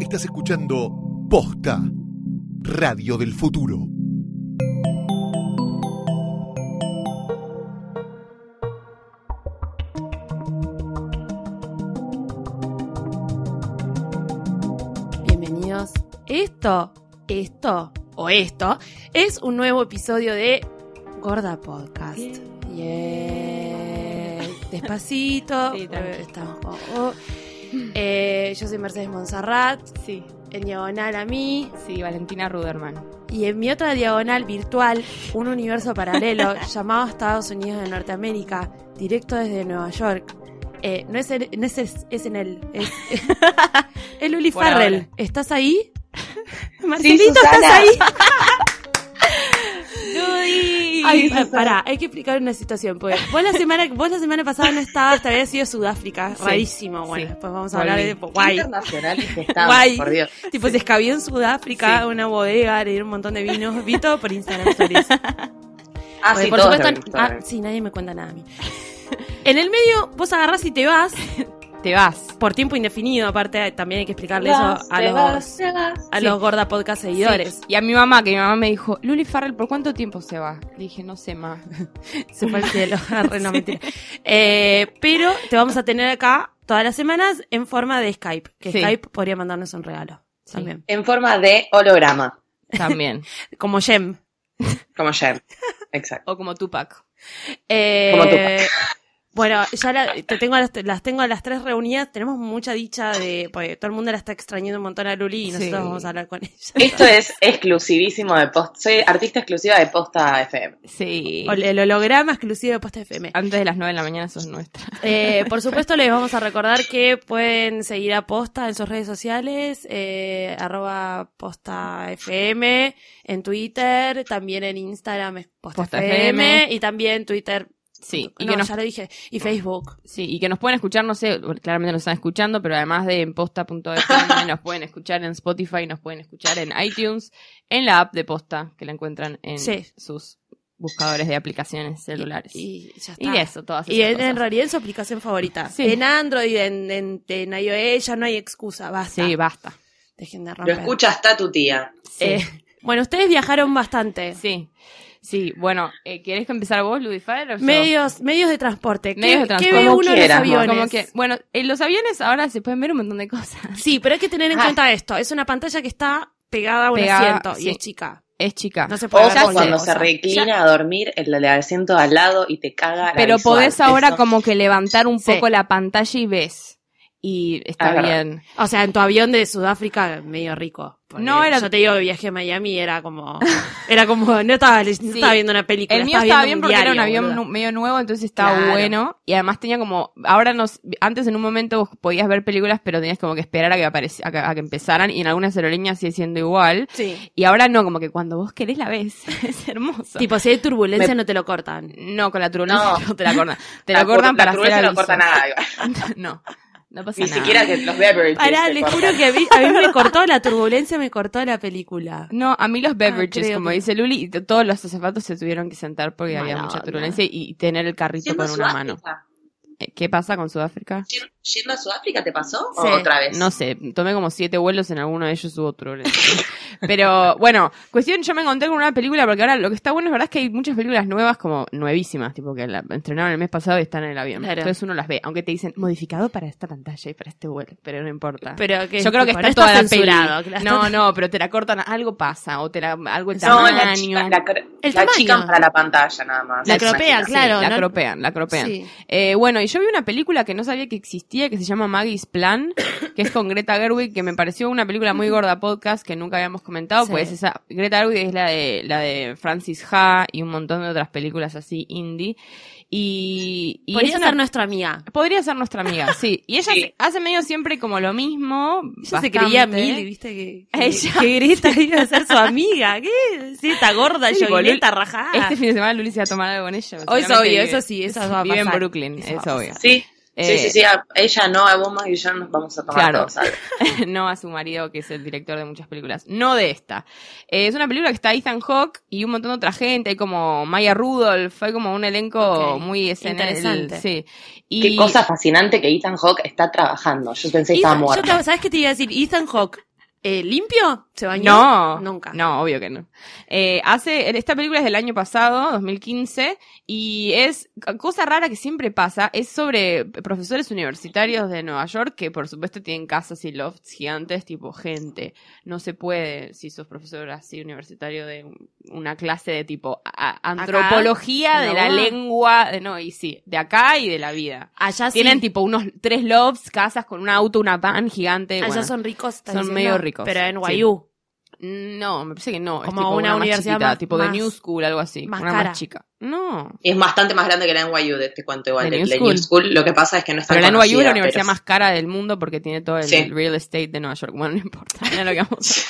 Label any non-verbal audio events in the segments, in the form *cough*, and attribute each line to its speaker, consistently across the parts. Speaker 1: Estás escuchando Posta, Radio del Futuro.
Speaker 2: Bienvenidos. Esto, esto o esto es un nuevo episodio de Gorda Podcast. Yeah. Despacito.
Speaker 3: *laughs* Sí, tranqui.
Speaker 2: Estamos como, oh. Eh, yo soy Mercedes Monserrat,
Speaker 3: Sí,
Speaker 2: en diagonal a mí,
Speaker 3: sí, Valentina Ruderman.
Speaker 2: y en mi otra diagonal virtual, un universo
Speaker 3: *laughs*
Speaker 2: paralelo llamado Estados Unidos de Norteamérica, directo desde Nueva York. Eh, no es, en- no es, es- es en él,
Speaker 3: *laughs*
Speaker 2: es, el Uli
Speaker 3: Por
Speaker 2: Farrell.
Speaker 3: ahora.
Speaker 2: ¿Estás ahí? Marcelito, ¿estás
Speaker 3: Susana.
Speaker 2: ahí?
Speaker 3: *laughs* ¡Dudy!
Speaker 2: Ay, pa- pará, hay que explicar una situación. Porque vos la semana, vos la semana pasada no estabas, te había sido Sudáfrica.
Speaker 3: Sí,
Speaker 2: Rarísimo, bueno.
Speaker 3: sí.
Speaker 2: Después vamos a
Speaker 3: Volví.
Speaker 2: hablar de guay.
Speaker 4: internacionales que estamos,
Speaker 2: Guay.
Speaker 4: por Dios.
Speaker 2: Tipo, se escabió en Sudáfrica,
Speaker 3: Sí.
Speaker 2: una bodega, le dieron un montón de vinos. Vi todo por Instagram Stories.
Speaker 4: Ah,
Speaker 2: Porque,
Speaker 4: sí,
Speaker 2: por
Speaker 4: todos
Speaker 2: supuesto,
Speaker 4: sabemos, todos
Speaker 2: ah,
Speaker 4: sabemos.
Speaker 2: sí, nadie me cuenta nada a mí. En el medio, vos agarrás y te vas
Speaker 3: Te vas.
Speaker 2: por tiempo indefinido. Aparte, también hay que explicarle
Speaker 4: Vas,
Speaker 2: eso a
Speaker 4: te
Speaker 2: los,
Speaker 4: vas, te vas.
Speaker 2: a
Speaker 3: Sí.
Speaker 2: los gorda podcast seguidores.
Speaker 3: Sí. Y a mi mamá, que mi mamá me dijo, Luli Farrell, ¿por cuánto tiempo se va? Le dije, no sé *laughs* más.
Speaker 2: Se fue al cielo. *laughs* Arre, no, mentira. Eh, pero te vamos a tener acá todas las semanas en forma de Skype. Que
Speaker 3: Sí.
Speaker 2: Skype podría mandarnos un regalo también.
Speaker 4: En forma de holograma,
Speaker 3: También.
Speaker 2: Como Gem.
Speaker 4: como Jen. Exacto.
Speaker 3: o como Tupac.
Speaker 2: Eh,
Speaker 4: Como tú.
Speaker 2: Bueno, ya la- te tengo a las, las tengo a las tres reunidas. Tenemos mucha dicha de. Porque todo el mundo la está extrañando un montón a Luli y nosotros
Speaker 3: Sí.
Speaker 2: vamos a hablar con ella.
Speaker 4: Esto es exclusivísimo de Posta. Soy artista exclusiva de Posta FM.
Speaker 3: Sí.
Speaker 2: O El holograma exclusivo de Posta FM.
Speaker 3: Antes de las 9 de la mañana sos nuestra.
Speaker 2: Eh, por supuesto, les vamos a recordar que pueden seguir a Posta en sus redes sociales, eh, arroba Posta FM, en Twitter, también en Instagram es Posta,
Speaker 3: Posta
Speaker 2: FM,
Speaker 3: FM.
Speaker 2: y también Twitter,
Speaker 3: Sí. Y
Speaker 2: no,
Speaker 3: que nos
Speaker 2: ya lo dije, y Facebook.
Speaker 3: Sí, y que nos pueden escuchar, no sé, claramente nos están escuchando, pero además de en *laughs* posta.fm nos pueden escuchar en Spotify, nos pueden escuchar en iTunes, en la app de Posta, que la encuentran en
Speaker 2: Sí.
Speaker 3: sus buscadores de aplicaciones celulares. Y,
Speaker 2: Y, y ya está.
Speaker 3: y de eso, todas esas
Speaker 2: Y en, en
Speaker 3: cosas.
Speaker 2: realidad en su aplicación favorita.
Speaker 3: Sí.
Speaker 2: En Android, en, en, en iOS, ya no hay excusa, basta.
Speaker 3: Sí, basta.
Speaker 2: Dejen de
Speaker 4: Lo
Speaker 2: romper.
Speaker 4: escucha hasta tu tía.
Speaker 3: Ah. Sí,
Speaker 2: Eh, bueno, ustedes viajaron bastante.
Speaker 3: sí. Sí, bueno, eh, ¿querés que empezar vos, Ludifer? o yo?
Speaker 2: Medios, medios de transporte. ¿Qué-
Speaker 3: Medios de
Speaker 2: ¿Qué,
Speaker 3: transporte.
Speaker 2: ve
Speaker 4: Como
Speaker 2: uno en los
Speaker 4: quieras, ¿no?
Speaker 2: aviones?
Speaker 3: Como que, bueno, en los aviones ahora se pueden ver un montón de cosas.
Speaker 2: Sí, pero hay que tener en
Speaker 4: Ah.
Speaker 2: cuenta esto. Es una pantalla que está pegada a un
Speaker 3: Pegada,
Speaker 2: asiento y
Speaker 3: sí.
Speaker 2: es chica.
Speaker 3: Es chica.
Speaker 2: No se puede
Speaker 4: O
Speaker 2: ver cualquier
Speaker 4: cuando
Speaker 2: cosa.
Speaker 4: se reclina a dormir, el del asiento de al lado y te caga. la
Speaker 3: Pero
Speaker 4: visual.
Speaker 3: podés ahora
Speaker 4: Eso.
Speaker 3: como que levantar un
Speaker 2: Sí.
Speaker 3: poco la pantalla y ves. Y está
Speaker 4: Es verdad.
Speaker 3: bien.
Speaker 2: O sea, en tu avión de Sudáfrica, medio rico. Porque
Speaker 3: No, era-
Speaker 2: Yo te digo que viajé a Miami, era
Speaker 3: *laughs*
Speaker 2: como... Era como... No estaba, no estaba viendo una película,
Speaker 3: El mío
Speaker 2: estaba
Speaker 3: estaba
Speaker 2: viendo un
Speaker 3: bien porque era un
Speaker 2: diario,
Speaker 3: avión
Speaker 2: boluda.
Speaker 3: nu- medio nuevo, entonces estaba
Speaker 2: Claro.
Speaker 3: bueno. Y además tenía como, ahora nos, antes en un momento vos podías ver películas, pero tenías como que esperar a que apareci- a que, a que empezaran. Y en algunas aerolíneas sigue siendo igual.
Speaker 2: Sí.
Speaker 3: Y ahora no, como que cuando vos querés la ves. *laughs* es hermoso.
Speaker 2: Tipo, si hay turbulencia no te lo
Speaker 3: *laughs*
Speaker 2: cortan.
Speaker 3: no, con la turbulencia no,
Speaker 4: No.
Speaker 3: te la cortan. Te
Speaker 4: La
Speaker 3: la cortan
Speaker 4: cur-
Speaker 3: para
Speaker 4: la
Speaker 3: hacer
Speaker 4: turbulencia no
Speaker 3: avisos.
Speaker 4: corta nada. igual.
Speaker 3: *laughs* no, no pasa
Speaker 4: Ni
Speaker 3: nada.
Speaker 4: siquiera que los beverages.
Speaker 2: Pará,
Speaker 4: te
Speaker 2: les
Speaker 4: cortan.
Speaker 2: juro que a mí, a mí
Speaker 3: *laughs*
Speaker 2: me cortó la turbulencia, me cortó la película.
Speaker 3: No, a
Speaker 4: Ah,
Speaker 3: mí los beverages,
Speaker 2: creo
Speaker 3: como
Speaker 2: que-
Speaker 3: dice Luli, y t- todos los azafatos se tuvieron que sentar porque había
Speaker 2: Mala
Speaker 3: mucha
Speaker 2: onda.
Speaker 3: turbulencia y, y tener el carrito
Speaker 4: Yendo
Speaker 3: con
Speaker 4: a
Speaker 3: una mano.
Speaker 4: Sudáfrica.
Speaker 3: Eh, ¿Qué pasa con Sudáfrica?
Speaker 4: Yen- ¿Yendo a Sudáfrica te pasó?
Speaker 2: Sí.
Speaker 4: ¿O otra vez?
Speaker 3: No sé, tomé como siete vuelos, en alguno de ellos hubo turbulencia. *laughs* Pero bueno, cuestión, yo me encontré con una película, porque ahora lo que está bueno es verdad es que hay muchas películas nuevas, como nuevísimas, tipo que la estrenaron el mes pasado y están en el avión.
Speaker 2: Claro.
Speaker 3: Entonces uno las ve, aunque te dicen modificado para esta pantalla y para este vuelo, pero no importa.
Speaker 2: Pero que,
Speaker 3: yo creo que
Speaker 2: tipo,
Speaker 3: está
Speaker 2: no
Speaker 3: toda la peli.
Speaker 2: censurado, que la está-
Speaker 3: No, no, pero te la cortan, algo pasa, o te la, algo el
Speaker 4: No,
Speaker 3: tamaño.
Speaker 4: la chica, la, cr-
Speaker 2: El
Speaker 4: la
Speaker 2: tamaño.
Speaker 4: chican para la pantalla nada más.
Speaker 2: La
Speaker 4: Es una
Speaker 2: cropean,
Speaker 4: chica.
Speaker 3: Sí,
Speaker 2: Ah, claro,
Speaker 3: la
Speaker 2: no-
Speaker 3: cropean, la cropean.
Speaker 2: Sí.
Speaker 3: Eh, bueno, y yo vi una película que no sabía que existía, que se llama Maggie's Plan, que es con Greta Gerwig, que me pareció una película muy gorda podcast que nunca habíamos comentado,
Speaker 2: Sí.
Speaker 3: pues esa, Greta Gerwig es la de, la de Francis Ha y un montón de otras películas así indie. Y,
Speaker 2: *laughs*
Speaker 3: y
Speaker 2: Podría
Speaker 3: es una-
Speaker 2: ser nuestra amiga.
Speaker 3: podría ser nuestra amiga, sí. Y ella
Speaker 4: Sí.
Speaker 3: se- hace medio siempre como lo mismo.
Speaker 2: Ella se
Speaker 3: bastante.
Speaker 2: creía mil, viste que, que,
Speaker 3: Ella.
Speaker 2: que Greta iba a ser su
Speaker 3: *laughs*
Speaker 2: amiga. ¿Qué? Sí, está gorda,
Speaker 3: Sí,
Speaker 2: yoguineta, rajada.
Speaker 3: Este fin de semana Luli se va a tomar algo con
Speaker 2: Oh,
Speaker 3: ella.
Speaker 2: es
Speaker 3: seguramente
Speaker 2: obvio,
Speaker 3: vive-
Speaker 2: eso sí, eso va a
Speaker 3: Vive en
Speaker 2: pasar.
Speaker 3: Brooklyn,
Speaker 2: Eso va
Speaker 3: es
Speaker 2: a
Speaker 3: obvio.
Speaker 4: Sí,
Speaker 3: Eh,
Speaker 4: sí, sí, sí, a- ella no, a vos más y yo nos vamos a tomar
Speaker 3: Claro.
Speaker 4: todos algo.
Speaker 3: *laughs* no a su marido, que es el director de muchas películas. No de esta. Eh, es una película que está Ethan Hawke y un montón de otra gente, hay como Maya Rudolph, hay como un elenco
Speaker 2: Ok,
Speaker 3: muy escenario.
Speaker 2: interesante.
Speaker 3: Sí. Y,
Speaker 4: Qué cosa fascinante que Ethan Hawke está trabajando. Yo pensé que estaba
Speaker 2: Ethan- yo
Speaker 4: muerto.
Speaker 2: te- ¿Sabes qué te iba a decir? Ethan Hawke. Eh, ¿Limpio? ¿Se bañó?
Speaker 3: No,
Speaker 2: Nunca.
Speaker 3: No, obvio que no. Eh, hace, esta película es del año pasado, 2015, y es, cosa rara que siempre pasa, es sobre profesores universitarios de Nueva York que por supuesto tienen casas y lofts gigantes tipo gente. No se puede, si sos profesor así universitario de un- una clase de tipo a- antropología
Speaker 2: en
Speaker 3: de
Speaker 2: la
Speaker 3: la
Speaker 2: UBA.
Speaker 3: lengua, de, no, y sí, de acá y de la vida.
Speaker 2: Allá Ah, sí.
Speaker 3: Tienen tipo unos tres lofts, casas con un auto, una van gigante.
Speaker 2: Allá
Speaker 3: bueno.
Speaker 2: son ricos. estás
Speaker 3: son
Speaker 2: diciendo,
Speaker 3: medio ricos,
Speaker 2: Pero en
Speaker 3: sí.
Speaker 2: Guayú.
Speaker 3: No, me parece que no. es
Speaker 2: Como
Speaker 3: tipo
Speaker 2: una
Speaker 3: una,
Speaker 2: universidad
Speaker 3: más chiquita,
Speaker 2: más-
Speaker 3: tipo
Speaker 2: más-
Speaker 3: de New School, algo así.
Speaker 2: más
Speaker 3: una
Speaker 2: cara.
Speaker 3: más chica. No.
Speaker 4: Es bastante más grande que la NYU, de este cuento igual,
Speaker 3: De
Speaker 4: de,
Speaker 3: New
Speaker 4: de
Speaker 3: School.
Speaker 4: New School. Lo que pasa es que no está
Speaker 3: Pero la NYU es la
Speaker 4: conocida,
Speaker 3: universidad
Speaker 4: pero-
Speaker 3: más cara del mundo porque tiene todo el
Speaker 4: Sí.
Speaker 3: real estate de Nueva York. Bueno, no importa. Mira lo que vamos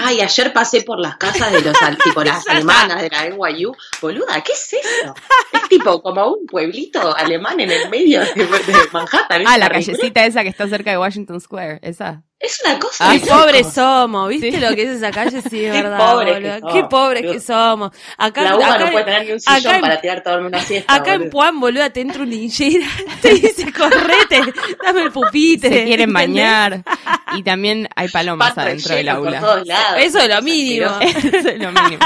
Speaker 4: Ay, ayer pasé por las casas de los al- tipo las alemanas de la NYU. Boluda, ¿qué es eso? Es tipo como un pueblito alemán en el medio de, de Manhattan.
Speaker 3: a
Speaker 4: es
Speaker 3: Ah, la
Speaker 4: terrible.
Speaker 3: callecita esa que está cerca de Washington Square. Esa.
Speaker 4: Es una cosa.
Speaker 2: Qué
Speaker 4: de loco.
Speaker 2: pobres somos, ¿viste
Speaker 3: Ah, Sí.
Speaker 2: lo que es esa calle?
Speaker 3: *laughs*
Speaker 2: Sí, es
Speaker 4: Qué
Speaker 2: verdad.
Speaker 4: pobres que
Speaker 2: boludo.
Speaker 4: somos,
Speaker 2: Qué pobres que
Speaker 4: boludo.
Speaker 2: somos. Acá,
Speaker 4: La uva
Speaker 2: acá-
Speaker 4: no puede tener ni un
Speaker 2: acá
Speaker 4: sillón
Speaker 2: en-
Speaker 4: para tirar todo en una siesta.
Speaker 2: Acá en
Speaker 4: boludo.
Speaker 2: Puan, boluda, te entra un linchera, *laughs* te dice correte, dame el pupitre.
Speaker 3: Se quieren
Speaker 2: ¿entendés?
Speaker 3: bañar. Y también hay palomas
Speaker 4: Pato
Speaker 3: adentro del
Speaker 4: lleno por
Speaker 3: aula.
Speaker 4: todos lados.
Speaker 2: Eso es lo mínimo.
Speaker 4: Asqueroso.
Speaker 3: *laughs* Eso es lo mínimo.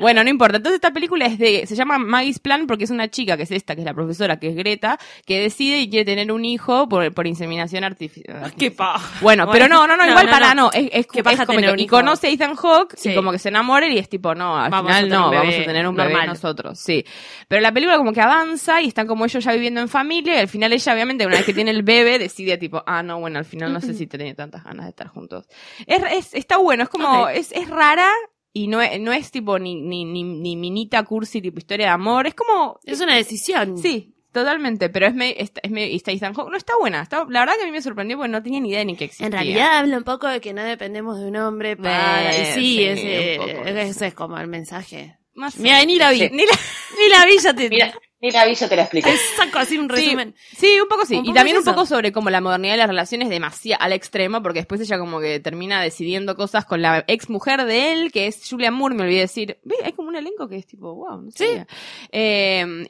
Speaker 3: Bueno, no importa. Entonces esta película es de, se llama Maggie's Plan porque es una chica que es esta, que es la profesora, que es Greta, que decide y quiere tener un hijo por, por inseminación artificial.
Speaker 2: Qué paja.
Speaker 3: Bueno, pero no, no, no, igual para no, es, es,
Speaker 2: Qué
Speaker 3: es
Speaker 2: paja
Speaker 3: como
Speaker 2: tener un
Speaker 3: y
Speaker 2: hijo.
Speaker 3: conoce a Ethan Hawke
Speaker 2: Sí.
Speaker 3: y como que se enamoran y es tipo, no, al
Speaker 2: Vamos a
Speaker 3: final
Speaker 2: tener
Speaker 3: no,
Speaker 2: un
Speaker 3: vamos
Speaker 2: bebé
Speaker 3: a tener un bebé
Speaker 2: normal.
Speaker 3: nosotros, sí. Pero la película como que avanza y están como ellos ya viviendo en familia y al final ella obviamente una vez que tiene el bebé decide tipo, ah, no, bueno, al final no sé si tenía tantas ganas de estar juntos. Es, es- está bueno, es como,
Speaker 2: Ok.
Speaker 3: es, es rara y no es, no es tipo ni, ni, ni, ni minita cursi tipo historia de amor, es como,
Speaker 2: Es una decisión.
Speaker 3: Sí, totalmente, pero es medio, es, es medio- y está Ethan Hawke. No está buena, está, la verdad que a mí me sorprendió porque no tenía ni idea ni que existía.
Speaker 2: En realidad habla un poco de que no dependemos de un hombre para...
Speaker 3: Eh,
Speaker 2: y sí,
Speaker 3: sí,
Speaker 2: ese,
Speaker 3: un poco
Speaker 2: ese
Speaker 3: eso.
Speaker 2: es como el mensaje.
Speaker 3: Más-
Speaker 2: Mira, ni la vi.
Speaker 4: Sí.
Speaker 2: Ni, la, ni la vi, ya te,
Speaker 4: Mira, ni la villa te la explica.
Speaker 2: te saco así un
Speaker 3: Sí,
Speaker 2: resumen.
Speaker 3: Sí, un poco sí.
Speaker 2: Un
Speaker 3: y
Speaker 2: poco
Speaker 3: también
Speaker 2: es
Speaker 3: un poco
Speaker 2: eso.
Speaker 3: sobre como la modernidad de las relaciones demasiado al extremo, porque después ella como que termina decidiendo cosas con la ex mujer de él, que es Julia Moore, me olvidé decir. Ve, hay como un elenco que es tipo, wow, no
Speaker 2: Sí.
Speaker 3: sé.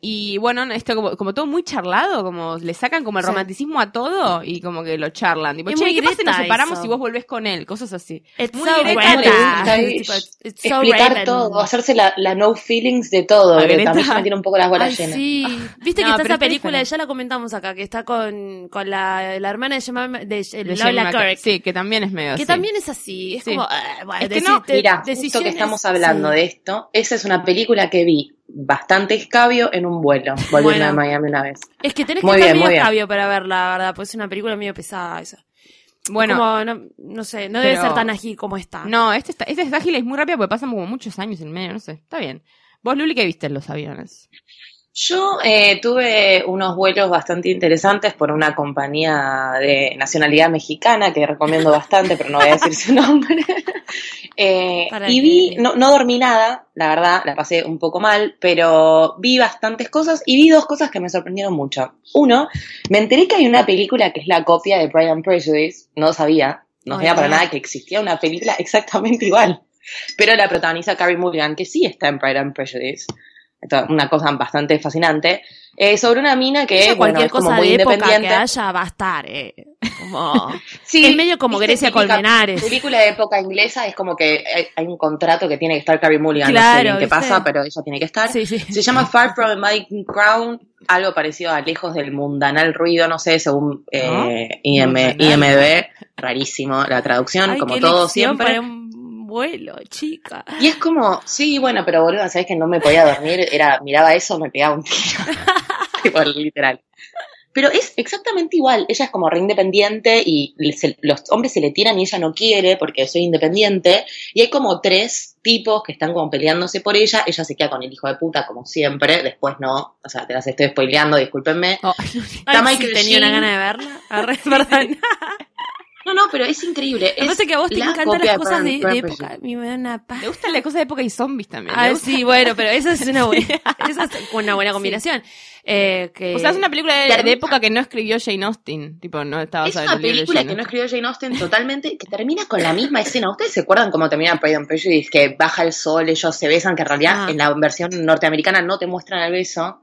Speaker 3: y bueno, esto como, como todo muy charlado, como le sacan como el
Speaker 2: Sí.
Speaker 3: romanticismo a todo y como que lo charlan. Tipo,
Speaker 2: Es
Speaker 3: che,
Speaker 2: muy
Speaker 3: ¿qué pasa si nos
Speaker 2: Greta
Speaker 3: separamos
Speaker 2: eso.
Speaker 3: y vos volvés con él? Cosas así.
Speaker 2: It's
Speaker 3: Muy
Speaker 2: so
Speaker 3: directa,
Speaker 2: Greta.
Speaker 4: le gusta
Speaker 2: It's tipo- it's so
Speaker 4: *laughs* Explicar
Speaker 2: Raven.
Speaker 4: todo, hacerse la, la no feelings de todo.
Speaker 3: A
Speaker 4: que
Speaker 3: Greta.
Speaker 4: también ya me tiene un poco las bolas
Speaker 2: Ay, *laughs*
Speaker 4: llenas.
Speaker 2: sí. Viste
Speaker 3: No,
Speaker 2: que está esa
Speaker 3: pero está
Speaker 2: película,
Speaker 3: diferente.
Speaker 2: ya la comentamos acá, que está con, con la, la hermana de, Gemma- de, de
Speaker 3: de Jamie
Speaker 2: Lola
Speaker 3: Mac-
Speaker 2: Kirk.
Speaker 3: Sí, que también es medio
Speaker 2: Que
Speaker 3: así.
Speaker 2: también es así, es
Speaker 3: Sí.
Speaker 2: como... ah, bueno,
Speaker 3: Es que no,
Speaker 2: deci- de-
Speaker 4: Mira, justo que
Speaker 2: decisiones-
Speaker 4: estamos hablando
Speaker 2: sí.
Speaker 4: de esto, esa es una película que vi bastante escabio en un vuelo, volviendo
Speaker 2: Bueno.
Speaker 4: de Miami una vez.
Speaker 2: Es que tenés
Speaker 4: Muy
Speaker 2: que
Speaker 4: bien,
Speaker 2: estar
Speaker 4: muy
Speaker 2: medio
Speaker 4: bien.
Speaker 2: cabio para verla, la verdad, pues es una película medio pesada esa.
Speaker 3: Bueno,
Speaker 2: Como, no, no sé, no debe
Speaker 3: pero-
Speaker 2: ser tan ágil como está.
Speaker 3: no, este, está, este es ágil y es muy rápido porque pasan como muchos años en medio, no sé. Está bien. Vos, Luli, ¿qué viste en los aviones?
Speaker 4: Yo eh, tuve unos vuelos bastante interesantes por una compañía de nacionalidad mexicana que recomiendo bastante, pero no voy a decir su *laughs* nombre. Eh,
Speaker 2: Para
Speaker 4: y
Speaker 2: que-
Speaker 4: vi, no, no dormí nada, la verdad, la pasé un poco mal, pero vi bastantes cosas y vi dos cosas que me sorprendieron mucho. Uno, me enteré que hay una película que es la copia de Pride and Prejudice, no sabía, no
Speaker 2: Ay,
Speaker 4: sabía para
Speaker 2: no.
Speaker 4: nada que existía una película *laughs* exactamente igual, pero la protagoniza Carrie Mulligan, que sí está en Pride and Prejudice. Esto, una cosa bastante fascinante, eh, sobre una mina que
Speaker 2: Ella
Speaker 4: bueno,
Speaker 2: cualquier
Speaker 4: es como
Speaker 2: cosa
Speaker 4: muy
Speaker 2: de época que
Speaker 4: independiente.
Speaker 2: haya va a estar, eh. Como...
Speaker 4: *laughs* Sí,
Speaker 2: es medio como
Speaker 4: viste,
Speaker 2: Grecia
Speaker 4: típica
Speaker 2: Colmenares.
Speaker 4: Película de época inglesa es como que hay, hay un contrato que tiene que estar Carrie Mulligan,
Speaker 2: Claro,
Speaker 4: no sé bien qué
Speaker 2: ¿viste?
Speaker 4: pasa, pero ella tiene que estar.
Speaker 2: Sí, sí.
Speaker 4: Se llama Far From the Mighty Crown, algo parecido a Lejos del Mundanal Ruido, no sé, según eh, IM
Speaker 3: Mundanal.
Speaker 4: IMDb, rarísimo la traducción,
Speaker 2: Ay,
Speaker 4: como
Speaker 2: qué
Speaker 4: todo
Speaker 2: elección
Speaker 4: siempre.
Speaker 2: para un vuelo, chica.
Speaker 4: Y es como, sí, bueno, pero boluda, sabes que no me podía dormir, era, miraba eso, me pegaba
Speaker 2: *laughs*
Speaker 4: un tiro. Tipo, literal. Pero es exactamente igual, ella es como re independiente y le- se- los hombres se le tiran y ella no quiere porque soy independiente. Y hay como tres tipos que están como peleándose por ella, ella se queda con el hijo de puta como siempre, después no, o sea, te las estoy spoileando, discúlpenme.
Speaker 3: Oh,
Speaker 2: Ay,
Speaker 4: Michael
Speaker 2: sí, tenía una
Speaker 4: Sheen.
Speaker 2: gana de verla. Arre,
Speaker 4: *laughs*
Speaker 2: perdón.
Speaker 4: No, no, pero es increíble.
Speaker 2: Lo que
Speaker 4: es
Speaker 2: pasa es que a vos te
Speaker 4: la
Speaker 2: encantan
Speaker 4: copia
Speaker 2: las cosas de,
Speaker 4: Pride and
Speaker 2: de
Speaker 4: Prejudice.
Speaker 2: época. A mí me da una
Speaker 4: *laughs*
Speaker 2: paz.
Speaker 3: Me gustan las cosas de época y zombies también. me
Speaker 2: Ah,
Speaker 3: gusta.
Speaker 2: sí, bueno, pero esa es una
Speaker 4: *laughs*
Speaker 2: buena, esa es una buena combinación. Eh, que...
Speaker 3: O sea, es una película de,
Speaker 4: Termina-
Speaker 3: de época que no escribió Jane Austen. Tipo, no estaba
Speaker 4: Es
Speaker 3: basada
Speaker 4: una
Speaker 3: en el libro de
Speaker 4: película
Speaker 3: Jane
Speaker 4: que no
Speaker 3: Austen.
Speaker 4: escribió Jane Austen totalmente, que termina con la misma escena. ¿Ustedes se acuerdan cómo termina Pride and Prejudice? Que baja el sol, ellos se besan, que en realidad
Speaker 2: Ah.
Speaker 4: en la versión norteamericana no te muestran el beso.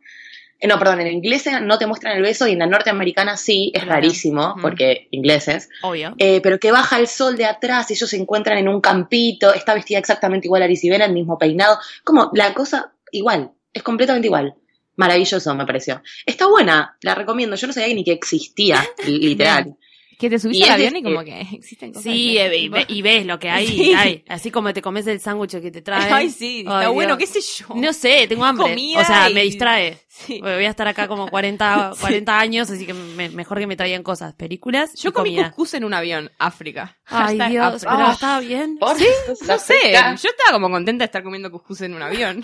Speaker 4: Eh, No, perdón, en inglés no te muestran el beso y en la norteamericana sí, es
Speaker 3: Claro.
Speaker 4: rarísimo,
Speaker 3: Ujú.
Speaker 4: porque ingleses.
Speaker 2: Obvio.
Speaker 4: Eh, pero que baja el sol de atrás, ellos se encuentran en un campito, está vestida exactamente igual a Arisibela, el mismo peinado, como la cosa igual, es completamente igual. Maravilloso me pareció. Está buena, la recomiendo, yo no sabía ni
Speaker 3: *laughs*
Speaker 4: que existía, literal.
Speaker 3: Que te subís
Speaker 4: Y
Speaker 3: al
Speaker 4: es de-
Speaker 3: avión y como que existen cosas.
Speaker 2: Sí,
Speaker 3: que-
Speaker 2: eh, y, ve- y ves lo que
Speaker 4: *laughs*
Speaker 2: hay,
Speaker 3: Sí.
Speaker 2: hay. Así como te comes el sándwich que te trae.
Speaker 3: *laughs* Ay, sí, está
Speaker 2: Ay,
Speaker 3: bueno,
Speaker 2: Dios.
Speaker 3: qué sé yo.
Speaker 2: No sé, tengo hambre.
Speaker 3: Comida
Speaker 2: o sea,
Speaker 3: y-
Speaker 2: me distrae.
Speaker 3: Sí.
Speaker 2: Voy a estar acá como *laughs* 40,
Speaker 3: Sí.
Speaker 2: 40 años, así que me- mejor que me traigan cosas, películas. y
Speaker 3: Yo comí
Speaker 2: comida.
Speaker 3: cuscús en un avión, África.
Speaker 2: Ay,
Speaker 3: Hashtag
Speaker 2: Dios,
Speaker 3: África.
Speaker 2: pero
Speaker 3: Oh,
Speaker 2: estaba bien.
Speaker 4: Por
Speaker 3: no
Speaker 4: Costa
Speaker 3: sé,
Speaker 4: Rica.
Speaker 3: yo estaba como contenta de estar comiendo cuscús en un avión.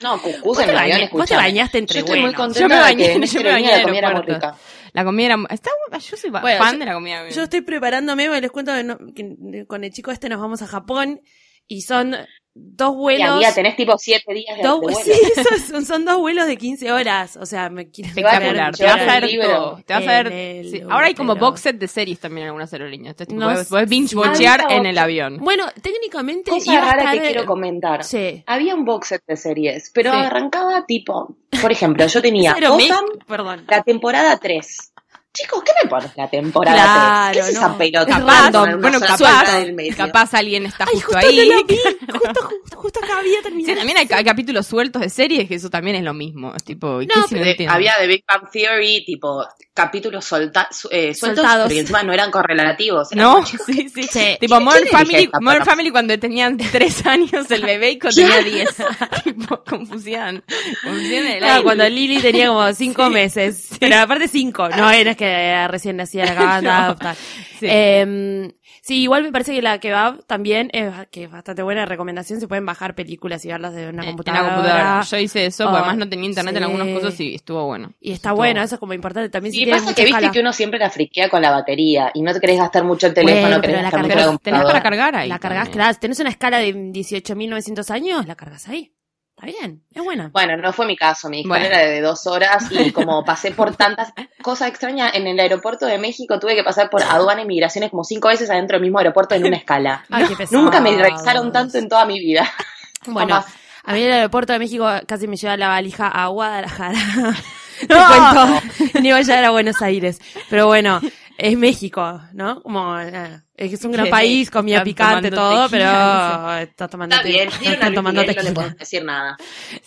Speaker 4: No,
Speaker 2: Vos
Speaker 4: cucús en
Speaker 2: te,
Speaker 4: el avión,
Speaker 2: baña- vos te
Speaker 4: escuchame.
Speaker 2: bañaste entre
Speaker 4: Yo estoy muy
Speaker 2: buenos.
Speaker 3: Yo me
Speaker 4: contenta de
Speaker 3: bañé-
Speaker 4: que en
Speaker 3: yo
Speaker 4: este
Speaker 3: me bañé
Speaker 4: avión
Speaker 3: en
Speaker 4: la comida era muy
Speaker 3: aeropuerto.
Speaker 4: rica.
Speaker 3: La comida era... Está, bu- yo soy ba-
Speaker 2: Bueno,
Speaker 3: fan
Speaker 2: yo-
Speaker 3: de la comida de avión.
Speaker 2: Yo estoy preparándome, porque les cuento que no- que con el chico este nos vamos a Japón y son dos
Speaker 4: Y
Speaker 2: vuelos.
Speaker 4: amiga, tenés tipo siete días de,
Speaker 2: dos, *laughs*
Speaker 4: de vuelo.
Speaker 2: sí, eso son, son dos vuelos de 15 horas. O sea, me quieren
Speaker 4: Te va a
Speaker 2: cargar
Speaker 3: Espectacular. Te
Speaker 4: llevar
Speaker 3: vas
Speaker 4: el
Speaker 3: a ver
Speaker 4: libro.
Speaker 3: todo. Te vas a ver...
Speaker 2: En el
Speaker 3: sí, Ahora hay como
Speaker 2: útero.
Speaker 3: box set de series también en algunas aerolíneas. Entonces, tipo,
Speaker 2: No
Speaker 3: podés, podés binge
Speaker 2: sé.
Speaker 3: watchear
Speaker 4: Ah,
Speaker 3: en el avión.
Speaker 2: Bueno, técnicamente
Speaker 4: Cosa
Speaker 2: iba a
Speaker 4: rara
Speaker 2: estar-
Speaker 4: que quiero comentar.
Speaker 2: Sí.
Speaker 4: Había un box set de series, pero
Speaker 2: Sí.
Speaker 4: arrancaba tipo, por ejemplo, yo
Speaker 2: ¿Es
Speaker 4: tenía
Speaker 2: Aeromex?
Speaker 4: Gotham,
Speaker 2: Perdón.
Speaker 4: la temporada 3. Chicos, ¿qué me pones la temporada
Speaker 2: Claro,
Speaker 4: 3? ¿Qué es
Speaker 2: no.
Speaker 4: esa pelota?
Speaker 3: Capaz,
Speaker 4: Random, una
Speaker 3: bueno,
Speaker 4: sola
Speaker 3: capaz,
Speaker 4: pelota del medio.
Speaker 3: capaz alguien está
Speaker 2: Ay,
Speaker 3: justo
Speaker 2: justo
Speaker 3: ahí.
Speaker 2: no la vi. Justo, justo, justo acá había terminado.
Speaker 3: Sí, también hay, hay capítulos sueltos de series que eso también es lo mismo. Es tipo, ¿y
Speaker 2: No, eh,
Speaker 3: qué si
Speaker 4: De-
Speaker 3: entiendo?
Speaker 4: había de Big Bang Theory, tipo, capítulos solta, su- eh, sueltos,
Speaker 2: Soltados.
Speaker 4: pero que encima no eran correlativos. eran
Speaker 2: *laughs*
Speaker 3: *laughs* ¿No?
Speaker 4: como,
Speaker 3: Sí, sí.
Speaker 2: Sí.
Speaker 3: Tipo, Modern
Speaker 4: quién dirige
Speaker 3: Family, Modern
Speaker 4: esta plataforma?
Speaker 3: Family cuando tenían *laughs* tres años el bebé y cuando tenía
Speaker 2: *laughs*
Speaker 3: diez. *laughs* tipo, confusían. Confusían el
Speaker 2: Claro,
Speaker 3: aire.
Speaker 2: cuando Lili tenía
Speaker 3: *laughs*
Speaker 2: como cinco meses. Pero aparte cinco. No, era que era recién nacida,
Speaker 3: *laughs*
Speaker 2: la acababan de
Speaker 3: No.
Speaker 2: adoptar.
Speaker 3: Sí.
Speaker 2: Eh, sí, igual me parece que la que va también es, que es bastante buena recomendación. Se pueden bajar películas y verlas de una
Speaker 3: En
Speaker 2: computadora.
Speaker 3: la computadora. Yo hice eso, porque
Speaker 2: Oh,
Speaker 3: además no tenía internet en
Speaker 2: sí.
Speaker 3: algunas cosas y estuvo bueno.
Speaker 2: Y está
Speaker 3: Estuvo
Speaker 2: bueno, eso es como importante también. Si
Speaker 4: Y
Speaker 2: tienen
Speaker 4: pasa que
Speaker 2: mucha
Speaker 4: viste
Speaker 2: escala.
Speaker 4: que uno siempre la friquea con la batería y no te querés gastar mucho el teléfono,
Speaker 2: Bueno,
Speaker 4: querés
Speaker 2: pero la
Speaker 4: gastar mucho la
Speaker 2: cargas-
Speaker 3: Pero tenés para
Speaker 4: computadora.
Speaker 3: cargar ahí.
Speaker 2: La cargas,
Speaker 3: también.
Speaker 2: claro. Si tenés una escala de 18.900 años, la cargas ahí. Está bien, es buena.
Speaker 4: Bueno, no fue mi caso, mi escuela
Speaker 3: Bueno.
Speaker 4: era de dos horas
Speaker 2: *laughs*
Speaker 4: y como pasé por tantas cosas extrañas, en el aeropuerto de México tuve que pasar por aduana y migraciones como cinco veces adentro del mismo
Speaker 2: *laughs*
Speaker 4: aeropuerto en una escala.
Speaker 2: Ay, qué pesado.
Speaker 4: Nunca me revisaron tanto en toda mi vida.
Speaker 2: *laughs* Bueno,
Speaker 4: Jamás.
Speaker 2: a mí en el aeropuerto de México casi me lleva la valija a
Speaker 3: *laughs*
Speaker 2: Guadalajara.
Speaker 3: No.
Speaker 2: Te cuento, ni iba a llegar a Buenos Aires. Pero bueno, es México, ¿no? Como, eh, es que es un gran
Speaker 3: Sí,
Speaker 2: país, comida
Speaker 3: están
Speaker 2: picante,
Speaker 3: tomando
Speaker 2: todo,
Speaker 3: tequila,
Speaker 2: pero está tomando
Speaker 4: Está bien,
Speaker 2: te-
Speaker 4: dieron a
Speaker 2: están *laughs*
Speaker 4: Luis
Speaker 2: tomando
Speaker 4: Miguel, no le
Speaker 2: tequila.
Speaker 4: puedo decir nada.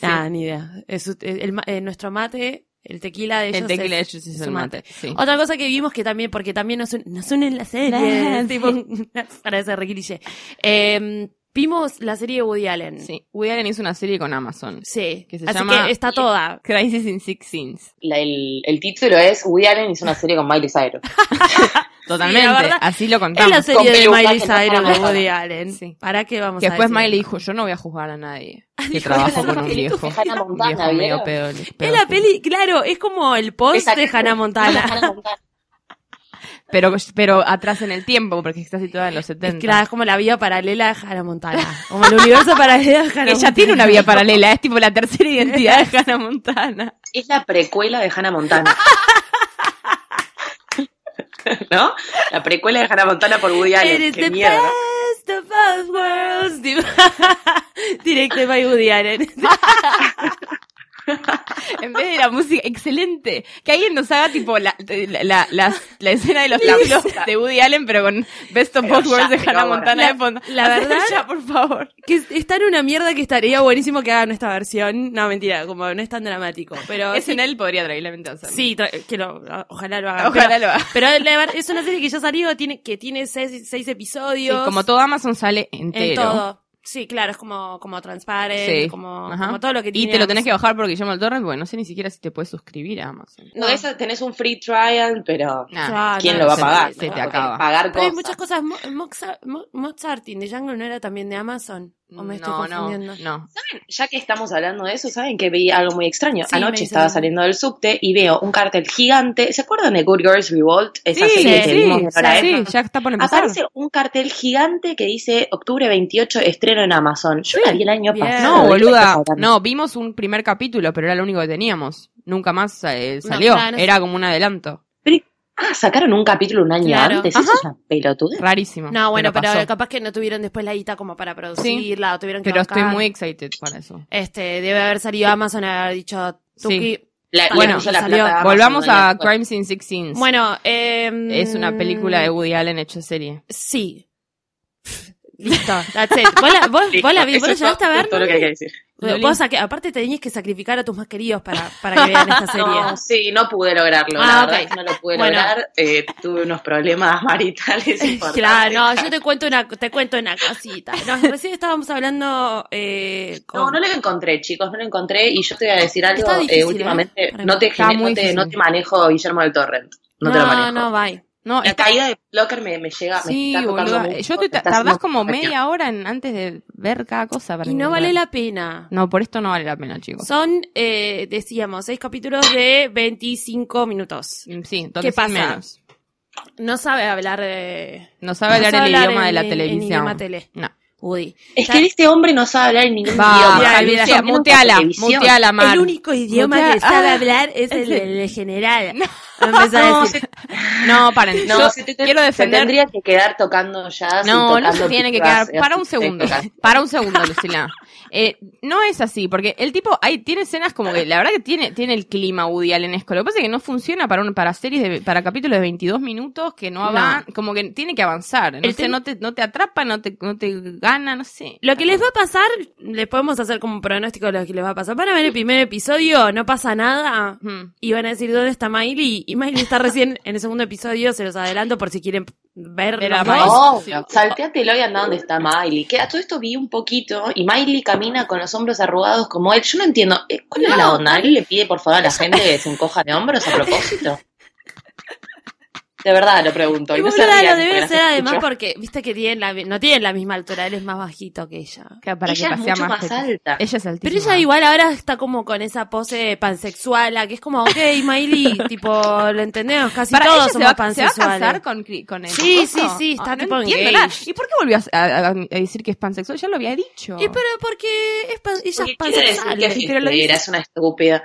Speaker 2: Nah, ni idea. Es su- el ma- eh, nuestro mate, el tequila de ellos
Speaker 3: El tequila
Speaker 2: es-
Speaker 3: de ellos es el mate. Sí.
Speaker 2: Otra cosa que vimos que también, porque también nos, un- nos unen las
Speaker 3: Claro,
Speaker 2: series,
Speaker 3: Ah, sí.
Speaker 2: tipo, *laughs* una frase requilille. Eh, vimos la serie de Woody Allen.
Speaker 3: Sí. Woody Allen hizo una serie con Amazon.
Speaker 2: Sí.
Speaker 3: Que se
Speaker 2: Así
Speaker 3: llama-
Speaker 2: que está toda.
Speaker 3: Crisis in Six Scenes.
Speaker 4: La- el, el título es Woody Allen hizo una serie con
Speaker 2: *laughs*
Speaker 4: Miley Cyrus.
Speaker 3: Totalmente.
Speaker 2: la verdad,
Speaker 3: Así lo
Speaker 2: Es
Speaker 3: contamos.
Speaker 2: la
Speaker 4: con
Speaker 2: serie de
Speaker 4: peluca
Speaker 2: Miley
Speaker 4: que
Speaker 2: Cyrus
Speaker 4: no
Speaker 2: de
Speaker 4: estamos
Speaker 2: Woody Allen.
Speaker 3: Sí.
Speaker 2: ¿Para qué vamos
Speaker 3: Que
Speaker 2: a
Speaker 3: después
Speaker 2: decir?
Speaker 3: Miley dijo, yo no voy a juzgar a nadie
Speaker 2: *laughs*
Speaker 3: que
Speaker 2: dijo,
Speaker 3: trabajo
Speaker 4: "Yo
Speaker 3: con
Speaker 4: no
Speaker 3: un
Speaker 4: soy
Speaker 3: viejo,
Speaker 4: tu Hannah
Speaker 3: un
Speaker 4: Montana,
Speaker 3: viejo medio
Speaker 4: ¿vieron?".
Speaker 3: pedo.
Speaker 2: Es la peli, claro, es como el post
Speaker 4: Esa-
Speaker 2: de *laughs* Hannah Montana.
Speaker 4: Hannah Montana.
Speaker 3: Pero, pero atrás en el tiempo, porque está situada en los 70.
Speaker 2: Claro, es como la vida paralela de Hannah Montana. Como el universo paralelo de Hannah
Speaker 3: Que
Speaker 2: Montana.
Speaker 3: ella tiene una vía paralela, es tipo la tercera identidad de Hannah Montana.
Speaker 4: Es la precuela de
Speaker 2: *laughs*
Speaker 4: Hannah Montana. ¿No? La precuela de Hannah Montana por Woody
Speaker 2: It
Speaker 4: Allen.
Speaker 2: is
Speaker 4: Qué
Speaker 2: the
Speaker 4: mierda.
Speaker 2: best of both worlds. Tipo, *laughs* Directed by Woody Allen.
Speaker 3: En vez de la música, excelente. Que alguien nos haga tipo la, la, la, la- la escena de los tablos de Woody Allen, pero con Best of
Speaker 4: Pero
Speaker 3: Both
Speaker 4: ya,
Speaker 3: Worlds de
Speaker 4: pero
Speaker 3: Hannah
Speaker 4: ahora.
Speaker 3: Montana
Speaker 2: La-
Speaker 3: de fondo.
Speaker 2: la
Speaker 3: Hacelo
Speaker 2: verdad-
Speaker 3: ya, por favor.
Speaker 2: Que es- está en una mierda que estaría buenísimo que hagan esta versión. No, mentira, como no es tan dramático. Pero
Speaker 3: Es
Speaker 2: sí,
Speaker 3: en él podría tranquilamente hacerlo.
Speaker 2: sí, tra- que lo- ojalá lo hagan.
Speaker 3: Ojalá
Speaker 2: pero,
Speaker 3: lo haga.
Speaker 2: pero la verdad, es una serie que ya salió, tiene, que tiene seis, seis
Speaker 3: Sí,
Speaker 2: episodios.
Speaker 3: como todo Amazon sale
Speaker 2: En
Speaker 3: entero.
Speaker 2: todo. Sí, claro, es como, como transparente,
Speaker 3: Sí.
Speaker 2: como,
Speaker 3: Ajá.
Speaker 2: como todo lo que
Speaker 3: Y
Speaker 2: tiene.
Speaker 3: te lo tenés que bajar por Guillermo del Torre, porque no sé ni siquiera si te puedes suscribir a Amazon.
Speaker 4: No, esa tenés un free trial, pero
Speaker 3: Nah.
Speaker 2: Claro,
Speaker 4: ¿quién
Speaker 2: Ah, no,
Speaker 4: lo va a
Speaker 2: se-
Speaker 4: pagar?
Speaker 2: se
Speaker 3: te
Speaker 4: Porque
Speaker 3: acaba.
Speaker 4: Pagar
Speaker 2: Pero hay
Speaker 4: cosas.
Speaker 2: muchas cosas. Mo- Moxa- Mo- Mozart in the Jungle no era también de Amazon. ¿O me estoy
Speaker 3: no,
Speaker 2: confundiendo?
Speaker 3: no, no.
Speaker 4: ¿Saben? Ya que estamos hablando de eso, ¿saben que vi algo muy extraño?
Speaker 2: Sí, me
Speaker 4: Anoche
Speaker 2: dice
Speaker 4: estaba
Speaker 2: algo.
Speaker 4: saliendo del subte y veo un cartel gigante. ¿Se acuerdan de Good Girls Revolt? Esa serie que vimos ¿eh? en hora
Speaker 3: sí,
Speaker 4: extra.
Speaker 3: sí, ya está por empezar.
Speaker 4: Aparece un cartel gigante que dice octubre 28 estreno en Amazon. Yo la vi el año
Speaker 2: Bien.
Speaker 4: pasado.
Speaker 3: No,
Speaker 4: ¿de qué me estás
Speaker 3: boluda.
Speaker 4: hablando?
Speaker 3: No, vimos un primer capítulo, pero era lo único que teníamos. Nunca más eh,
Speaker 2: No,
Speaker 3: salió.
Speaker 2: claro, no
Speaker 3: era como un adelanto.
Speaker 4: Ah, sacaron un capítulo un año
Speaker 2: Claro.
Speaker 4: antes. Eso es una pelotudez.
Speaker 3: Rarísimo.
Speaker 2: No, bueno, pero,
Speaker 3: pasó.
Speaker 2: capaz que no tuvieron después la guita como para producirla o tuvieron que
Speaker 3: Pero estoy
Speaker 2: bancar.
Speaker 4: Ah,
Speaker 3: muy excited para eso.
Speaker 2: Este, debe haber salido Amazon y haber dicho, Tuki,
Speaker 4: La, la
Speaker 3: Bueno,
Speaker 4: Villa La
Speaker 2: salió.
Speaker 4: Plata,
Speaker 3: Volvamos
Speaker 4: Amazon,
Speaker 3: a
Speaker 4: bueno.
Speaker 3: Crime Scene Six Scenes.
Speaker 2: Bueno, em,
Speaker 3: Es una película de Woody Allen hecha serie.
Speaker 2: Sí. *laughs* Listo, that's it. ¿Vos la, vos,
Speaker 4: Listo,
Speaker 2: vos la vi-
Speaker 4: eso
Speaker 2: vos la
Speaker 4: es todo-
Speaker 2: llegaste a ver?
Speaker 4: Todo lo que hay que decir.
Speaker 2: Vos
Speaker 3: Loli.
Speaker 2: saque- aparte tenías que sacrificar a tus más queridos para, para que vean esta
Speaker 3: *laughs*
Speaker 2: serie.
Speaker 4: No, sí, no pude lograrlo.
Speaker 2: Ah,
Speaker 4: la
Speaker 2: ok.
Speaker 4: verdad es que no lo pude
Speaker 2: Bueno.
Speaker 4: lograr. Eh, tuve unos problemas *laughs* maritales. importantes.
Speaker 2: Claro, no, yo te cuento una, te cuento una cosita.
Speaker 3: *laughs*
Speaker 2: No, recién estábamos hablando eh, con-
Speaker 4: No, no lo encontré, chicos, no lo encontré. Y yo te voy a decir algo.
Speaker 2: Está
Speaker 4: eh,
Speaker 2: difícil, ¿eh?
Speaker 4: últimamente
Speaker 2: Para
Speaker 4: no,
Speaker 2: mí.
Speaker 4: te,
Speaker 3: Está
Speaker 4: gene- no
Speaker 3: muy
Speaker 4: te-
Speaker 3: difícil.
Speaker 4: no te manejo Guillermo del Torrent. No, te lo manejo.
Speaker 2: no, bye.
Speaker 3: No,
Speaker 4: La
Speaker 3: está-
Speaker 4: caída de Blocker me, me llega, me
Speaker 3: sí,
Speaker 4: está tocando
Speaker 3: boluda.
Speaker 4: mucho,
Speaker 3: Yo te
Speaker 4: me
Speaker 3: ta-
Speaker 4: está
Speaker 3: tardás
Speaker 4: haciendo
Speaker 3: como
Speaker 4: daño.
Speaker 3: media hora en, antes de ver cada cosa. Para
Speaker 2: Y no
Speaker 3: entender.
Speaker 2: vale la pena.
Speaker 3: No, por esto no vale la pena, chicos.
Speaker 2: Son, eh, decíamos, seis capítulos de 25 minutos.
Speaker 3: Mm, Sí, donde
Speaker 2: ¿Qué
Speaker 3: sí
Speaker 2: pasa?
Speaker 3: menos.
Speaker 2: No sabe hablar de...
Speaker 3: No sabe
Speaker 2: no
Speaker 3: hablar
Speaker 2: sabe
Speaker 3: el
Speaker 2: hablar
Speaker 3: idioma de
Speaker 2: en-
Speaker 3: la
Speaker 2: en
Speaker 3: televisión.
Speaker 2: idioma tele.
Speaker 3: No.
Speaker 2: Woody.
Speaker 4: Es que este hombre no sabe hablar en ningún
Speaker 3: Va,
Speaker 4: idioma.
Speaker 3: Javier,
Speaker 4: Yo
Speaker 3: mutea-
Speaker 4: veo
Speaker 3: muteala,
Speaker 4: televisión.
Speaker 3: muteala, Mar.
Speaker 2: El único idioma
Speaker 3: Mutea-
Speaker 2: que sabe
Speaker 3: Ah,
Speaker 2: hablar es el,
Speaker 3: ese.
Speaker 2: el general. Empezá a
Speaker 4: No,
Speaker 2: decir,
Speaker 4: se-
Speaker 3: No, paren.
Speaker 4: no,
Speaker 3: yo
Speaker 4: se te-
Speaker 3: quiero
Speaker 4: se
Speaker 3: defender.
Speaker 4: tendría que quedar tocando jazz. y
Speaker 3: No, no se
Speaker 4: tocando
Speaker 3: tiene que
Speaker 4: pibas,
Speaker 3: quedar.
Speaker 4: eh,
Speaker 3: Para un
Speaker 4: así,
Speaker 3: segundo.
Speaker 4: tocando.
Speaker 3: Para un segundo, Lucila. Eh, no es así, porque el tipo ahí tiene escenas como que la verdad que tiene, tiene el clima Woody Allenesco. Lo que pasa es que no funciona para un, para series de, para capítulos de 22 minutos que no
Speaker 2: No.
Speaker 3: avan, como que tiene que avanzar. No
Speaker 2: El
Speaker 3: sé,
Speaker 2: tema-
Speaker 3: no te, no te atrapa, no te, no te gana, no sé.
Speaker 2: Lo que les va a pasar, les podemos hacer como un pronóstico de lo que les va a pasar. Van a ver el primer episodio, no pasa nada.
Speaker 3: Ujú.
Speaker 2: Y van a decir, ¿dónde está Miley? Y Miley está recién en el segundo episodio, se los adelanto por si quieren ver
Speaker 3: Ver
Speaker 2: los
Speaker 3: a
Speaker 2: dos.
Speaker 3: Miley.
Speaker 4: Oh, No,
Speaker 3: Sí.
Speaker 4: salteatelo y anda donde está Miley. Que a todo esto vi un poquito y Miley camina con los hombros arrugados como él. Yo no entiendo, eh, ¿cuál es la onda? ¿Él le pide por favor a la gente que se encoja de hombros a propósito? De verdad lo pregunto.
Speaker 2: Y
Speaker 4: Y no se
Speaker 2: boluda,
Speaker 4: rían,
Speaker 2: lo debe
Speaker 4: porque
Speaker 2: ser
Speaker 4: las
Speaker 2: además
Speaker 4: escucho.
Speaker 2: porque, viste que tienen la, no tienen la misma altura, él es más bajito que ella.
Speaker 3: Que Para
Speaker 4: Ella
Speaker 3: que
Speaker 4: es
Speaker 3: pasea
Speaker 4: mucho más
Speaker 3: gente.
Speaker 4: alta.
Speaker 3: Ella es altísima.
Speaker 2: Pero ella igual ahora está como con esa pose pansexual, la que es como, ok,
Speaker 3: *laughs*
Speaker 2: Miley, tipo, lo entendemos, casi
Speaker 3: Para ella
Speaker 2: todos
Speaker 3: se
Speaker 2: somos
Speaker 3: va, se va
Speaker 2: pansexuales.
Speaker 3: a casar con, Cri- con el
Speaker 2: Sí,
Speaker 3: coso.
Speaker 2: sí, sí, está
Speaker 3: Ah, no
Speaker 2: tipo
Speaker 3: entiendo
Speaker 2: engaged.
Speaker 3: nada. ¿Y por qué volvió a, a- a decir que es pansexual? Ya lo había dicho.
Speaker 2: Y pero porque es pan- ella
Speaker 4: Porque
Speaker 2: es
Speaker 4: quiere decir
Speaker 2: pansexual.
Speaker 4: que
Speaker 2: pero lo
Speaker 4: Hitler
Speaker 2: dice-
Speaker 4: es una estúpida.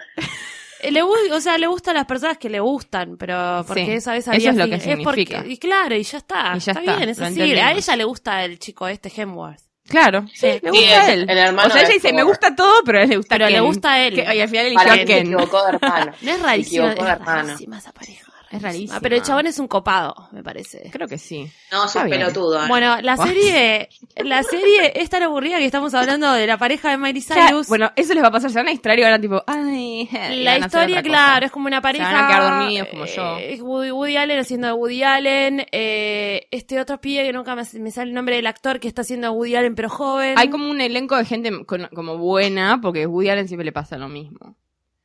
Speaker 2: eh, le gu- o sea, le gustan las personas que le gustan, pero porque
Speaker 3: Sí,
Speaker 2: esa vez
Speaker 3: eso
Speaker 2: había
Speaker 3: es lo
Speaker 2: fin-
Speaker 3: que significa.
Speaker 2: porque- y claro, y ya está.
Speaker 3: Y ya
Speaker 2: está,
Speaker 3: está,
Speaker 2: bien, es así.
Speaker 3: lo
Speaker 2: A
Speaker 3: entendemos.
Speaker 2: ella le gusta el chico este Hemworth.
Speaker 3: Claro, sí,
Speaker 2: Sí.
Speaker 3: le gusta
Speaker 4: Sí,
Speaker 3: a él.
Speaker 4: el hermano
Speaker 3: o sea, ella
Speaker 4: de
Speaker 3: dice, me
Speaker 4: Thor.
Speaker 3: gusta todo, pero le gusta
Speaker 2: Pero le
Speaker 3: Ken.
Speaker 2: gusta a él.
Speaker 3: Que- y al final eligió
Speaker 4: Para
Speaker 3: a
Speaker 4: mí se
Speaker 3: Ken.
Speaker 4: equivocó de hermano.
Speaker 2: No es
Speaker 4: Se
Speaker 2: rarísima, es
Speaker 4: equivocó de hermano.
Speaker 2: rarísima esa pareja.
Speaker 3: Es rarísima.
Speaker 2: Pero el chabón es un copado, me parece.
Speaker 3: Creo que sí.
Speaker 4: No, es
Speaker 3: Está
Speaker 4: un
Speaker 3: bien.
Speaker 4: pelotudo. ¿eh?
Speaker 2: Bueno, la
Speaker 3: What?
Speaker 2: serie, la serie es tan aburrida que estamos hablando de la pareja de Miley
Speaker 3: Ya,
Speaker 2: Cyrus.
Speaker 3: bueno, eso les va a pasar, se van a distraer y ahora tipo, ay... Eh, y
Speaker 2: la
Speaker 3: van a hacer
Speaker 2: historia,
Speaker 3: otra cosa.
Speaker 2: claro, es como una pareja.
Speaker 3: van a quedar dormidos como yo.
Speaker 2: eh, es Woody, Woody Allen haciendo de Woody Allen. eh, este otro pibe que nunca me, me sale el nombre del actor que está haciendo de Woody Allen, pero joven.
Speaker 3: Hay como un elenco de gente con- como buena, porque Woody Allen siempre le pasa lo mismo.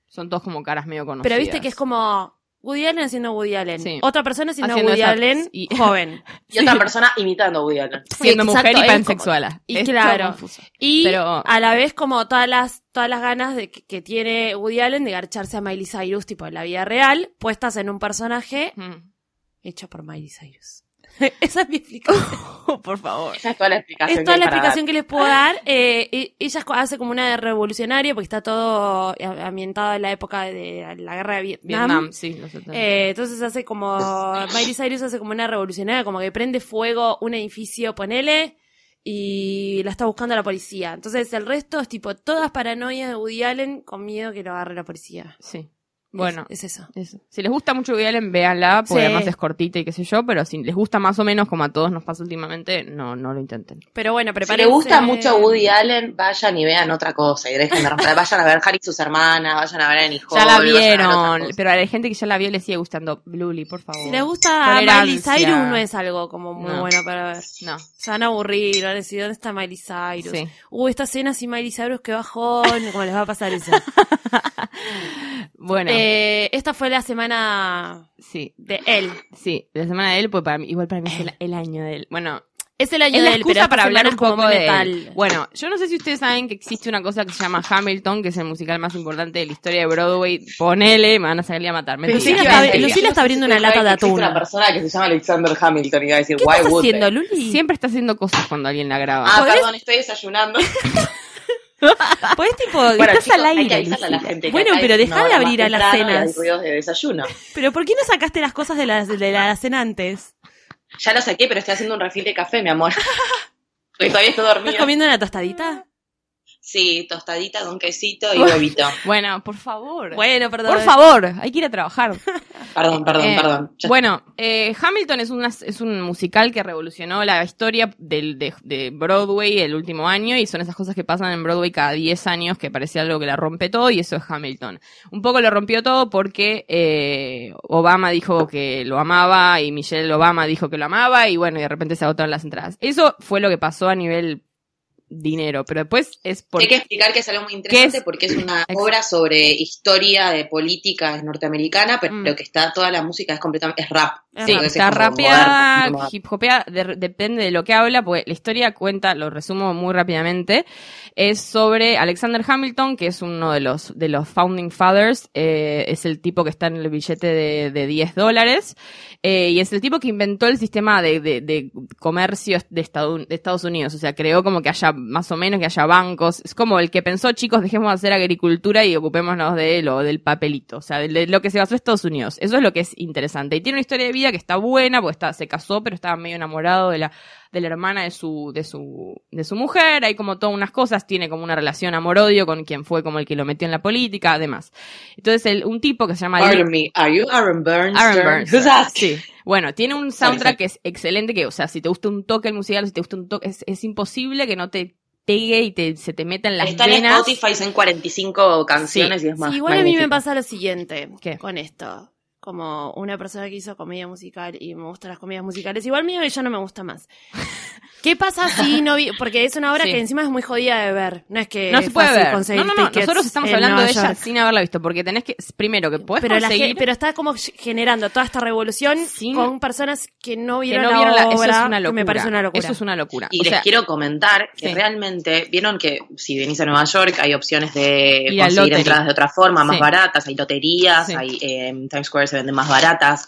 Speaker 3: Son todos como caras medio conocidas.
Speaker 2: pero viste que es como Woody Allen haciendo Woody Allen.
Speaker 3: Sí.
Speaker 2: Otra persona haciendo,
Speaker 3: Haciendo
Speaker 2: Woody
Speaker 3: esa-
Speaker 2: Allen
Speaker 3: y- *laughs*
Speaker 2: joven.
Speaker 4: Y otra persona imitando a Woody Allen.
Speaker 3: Siendo
Speaker 2: Sí,
Speaker 3: mujer
Speaker 2: exacto,
Speaker 3: y
Speaker 2: es
Speaker 3: pansexual.
Speaker 2: y claro. Y
Speaker 3: Pero-
Speaker 2: a la vez como todas las, todas las ganas de que, que tiene Woody Allen de garcharse a Miley Cyrus, tipo en la vida real, puestas en un personaje
Speaker 3: Mm,
Speaker 2: hecho por Miley Cyrus. *laughs* Esa es mi explicación.
Speaker 3: *laughs* Por favor.
Speaker 4: Esa es toda la explicación.
Speaker 2: es toda
Speaker 4: que
Speaker 2: la
Speaker 4: hay para dar.
Speaker 2: explicación que les puedo dar. Eh, y- ella es co- hace como una de revolucionaria porque está todo a- ambientado en la época de la guerra de Vietnam.
Speaker 3: Vietnam, sí. los setenta.
Speaker 2: Eh, entonces hace como. Miley Cyrus hace como una revolucionaria, como que prende fuego un edificio, ponele, y la está buscando la policía. Entonces el resto es tipo todas paranoias de Woody Allen con miedo que lo agarre la policía.
Speaker 3: sí. Bueno,
Speaker 2: Es, es eso.
Speaker 3: Eso. Si les gusta mucho Woody Allen, véanla, porque
Speaker 2: Sí.
Speaker 3: además es cortita y qué sé yo, pero si les gusta más o menos, como a todos nos pasa últimamente, no, no lo intenten.
Speaker 2: Pero bueno,
Speaker 4: Si
Speaker 2: prepárense.
Speaker 4: le gusta mucho Woody Allen, vayan y vean otra cosa. Y dejen
Speaker 2: *laughs*
Speaker 4: de romper. Vayan a ver Harry y sus hermanas, vayan a ver a Nicole.
Speaker 3: ya la
Speaker 4: vayan a ver otra
Speaker 3: vieron,
Speaker 4: cosa.
Speaker 3: pero a la gente que ya la vio le sigue gustando. Bluli, por favor.
Speaker 2: Si le gusta a Miley
Speaker 3: Tolerancia.
Speaker 2: Cyrus, no es algo como muy
Speaker 3: No.
Speaker 2: bueno para ver.
Speaker 3: No,
Speaker 2: Se van a aburrir, van a decir, ¿dónde está Miley Cyrus?
Speaker 3: sí.
Speaker 2: Uh, esta cena sin Miley Cyrus, qué bajón, *laughs* ¿cómo les va a pasar
Speaker 3: *laughs*
Speaker 2: eso?
Speaker 3: Bueno,
Speaker 2: Eh, esta fue la semana
Speaker 3: sí,
Speaker 2: de él.
Speaker 3: sí. La semana de él, pues para mí, igual para mí es el, el año de él. Bueno,
Speaker 2: Es el año
Speaker 3: es la
Speaker 2: de él, pero
Speaker 3: excusa
Speaker 2: esta
Speaker 3: para hablar
Speaker 2: semana
Speaker 3: un
Speaker 2: es como
Speaker 3: poco de
Speaker 2: metal.
Speaker 3: él. Bueno, yo no sé si ustedes saben que existe una cosa que se llama Hamilton, que es el musical más importante de la historia de Broadway. Ponele, me van a salir a matar. Mentira,
Speaker 2: Lucila
Speaker 3: mentira.
Speaker 2: está- Lucila está abriendo una lata de
Speaker 4: Existe
Speaker 2: atún.
Speaker 4: una persona que se llama Alexander Hamilton y va a decir,
Speaker 2: ¿Qué
Speaker 4: why
Speaker 2: estás
Speaker 4: would
Speaker 2: haciendo,
Speaker 4: they?"
Speaker 2: Luli?
Speaker 3: Siempre está haciendo cosas cuando alguien la graba.
Speaker 4: Ah,
Speaker 2: ¿Podés-
Speaker 4: perdón,
Speaker 2: *laughs*
Speaker 4: estoy desayunando.
Speaker 2: ¿Podés, tipo,
Speaker 4: Bueno,
Speaker 2: estás
Speaker 4: chicos,
Speaker 2: al
Speaker 4: hay que
Speaker 2: aire,
Speaker 4: avisarle a la
Speaker 2: Lucila.
Speaker 4: gente que
Speaker 2: Bueno,
Speaker 4: acá
Speaker 2: pero
Speaker 4: es una
Speaker 2: dejá de
Speaker 4: hora más
Speaker 2: abrir a las
Speaker 4: temprano y hay
Speaker 2: cenas.
Speaker 4: ruidos de desayuno.
Speaker 2: Pero ¿por qué no sacaste las cosas de la, de la cena antes?
Speaker 4: Ya lo *laughs* saqué, pero estoy haciendo un refil de café, mi amor. Porque todavía estoy dormido.
Speaker 2: ¿Estás comiendo una tostadita?
Speaker 4: Sí, tostadita con quesito
Speaker 2: *laughs*
Speaker 4: y huevito.
Speaker 3: Bueno, por favor.
Speaker 2: Bueno, perdón.
Speaker 3: por favor, hay que ir a
Speaker 4: *laughs*
Speaker 3: trabajar.
Speaker 4: Perdón, perdón,
Speaker 3: Eh,
Speaker 4: perdón. Ya-
Speaker 3: Bueno, eh, Hamilton es, una- es un musical que revolucionó la historia del, de, de Broadway el último año y son esas cosas que pasan en Broadway cada 10 años que parecía algo que la rompe todo y eso es Hamilton. Un poco lo rompió todo porque eh, Obama dijo que lo amaba y Michelle Obama dijo que lo amaba y bueno, y de repente se agotaron las entradas. Eso fue lo que pasó a nivel dinero, pero después es porque...
Speaker 4: Hay que explicar que es algo muy interesante
Speaker 3: es-
Speaker 4: porque es una
Speaker 3: Exacto.
Speaker 4: obra sobre historia de política norteamericana, pero
Speaker 3: Mm.
Speaker 4: que está toda la música es completamente es rap.
Speaker 2: Es
Speaker 3: Sí,
Speaker 2: rap.
Speaker 4: Entonces es
Speaker 3: está
Speaker 4: como
Speaker 3: rapeada,
Speaker 4: moderno, como-
Speaker 3: hip hopea, de- depende de lo que habla, pues la historia cuenta, lo resumo muy rápidamente, es sobre Alexander Hamilton, que es uno de los, de los founding fathers, eh, es el tipo que está en el billete de, de 10 dólares, eh, y es el tipo que inventó el sistema de, de, de comercio de, Estadu- de Estados Unidos, o sea, creó como que haya más o menos que haya bancos, es como el que pensó, chicos, dejemos de hacer agricultura y ocupémonos de lo del papelito, o sea, de, de lo que se basó Estados Unidos. Eso es lo que es interesante. Y tiene una historia de vida que está buena, porque está, se casó, pero estaba medio enamorado de la de la hermana de su de su de su mujer, hay como todas unas cosas, tiene como una relación amor-odio con quien fue como el que lo metió en la política, además. Entonces, el- un tipo que se llama
Speaker 4: Pardon me, are you Aaron Burns?
Speaker 3: Aaron
Speaker 4: *laughs*
Speaker 3: Burns.
Speaker 4: Who's that?
Speaker 3: Sí. Bueno, tiene un soundtrack
Speaker 4: Parece.
Speaker 3: que es excelente, que, o sea, si te gusta un toque el musical, si te gusta un toque, es, es imposible que no te pegue y te, se te meta en las
Speaker 4: Está
Speaker 3: venas.
Speaker 4: en Spotify, son 45 canciones y es más.
Speaker 2: Sí, igual a mí me
Speaker 4: magnífico.
Speaker 2: pasa lo siguiente
Speaker 3: ¿Qué?
Speaker 2: con esto. Como una persona que hizo comedia musical y me gustan las comedias musicales, igual mío que ya no me gusta
Speaker 3: *laughs*
Speaker 2: más. ¿Qué pasa si no vi? Porque es una obra
Speaker 3: Sí.
Speaker 2: que encima es muy jodida de ver. No es que
Speaker 3: no se
Speaker 2: es
Speaker 3: puede
Speaker 2: fácil
Speaker 3: ver.
Speaker 2: conseguir
Speaker 3: No, no, no.
Speaker 2: tickets
Speaker 3: Nosotros estamos
Speaker 2: en
Speaker 3: hablando
Speaker 2: Nueva
Speaker 3: de ella
Speaker 2: York.
Speaker 3: sin haberla visto, porque tenés que, primero, que podés
Speaker 2: Pero, la
Speaker 3: conseguir.
Speaker 2: gen- pero está como generando toda esta revolución
Speaker 3: Sin-
Speaker 2: con personas que no
Speaker 3: que
Speaker 2: vieron,
Speaker 3: no vieron la-
Speaker 2: la obra.
Speaker 3: eso es una
Speaker 2: que
Speaker 3: locura.
Speaker 2: me parece una locura.
Speaker 3: Eso es una locura.
Speaker 4: Y
Speaker 3: O
Speaker 4: les
Speaker 3: sea,
Speaker 4: quiero comentar que
Speaker 3: sí.
Speaker 4: realmente, vieron que si venís a Nueva York hay opciones de
Speaker 3: Ir al
Speaker 4: conseguir
Speaker 3: lottery.
Speaker 4: entradas de otra forma, más
Speaker 3: Sí.
Speaker 4: baratas, hay loterías,
Speaker 3: Sí.
Speaker 4: hay, eh, en Times Square se venden más baratas.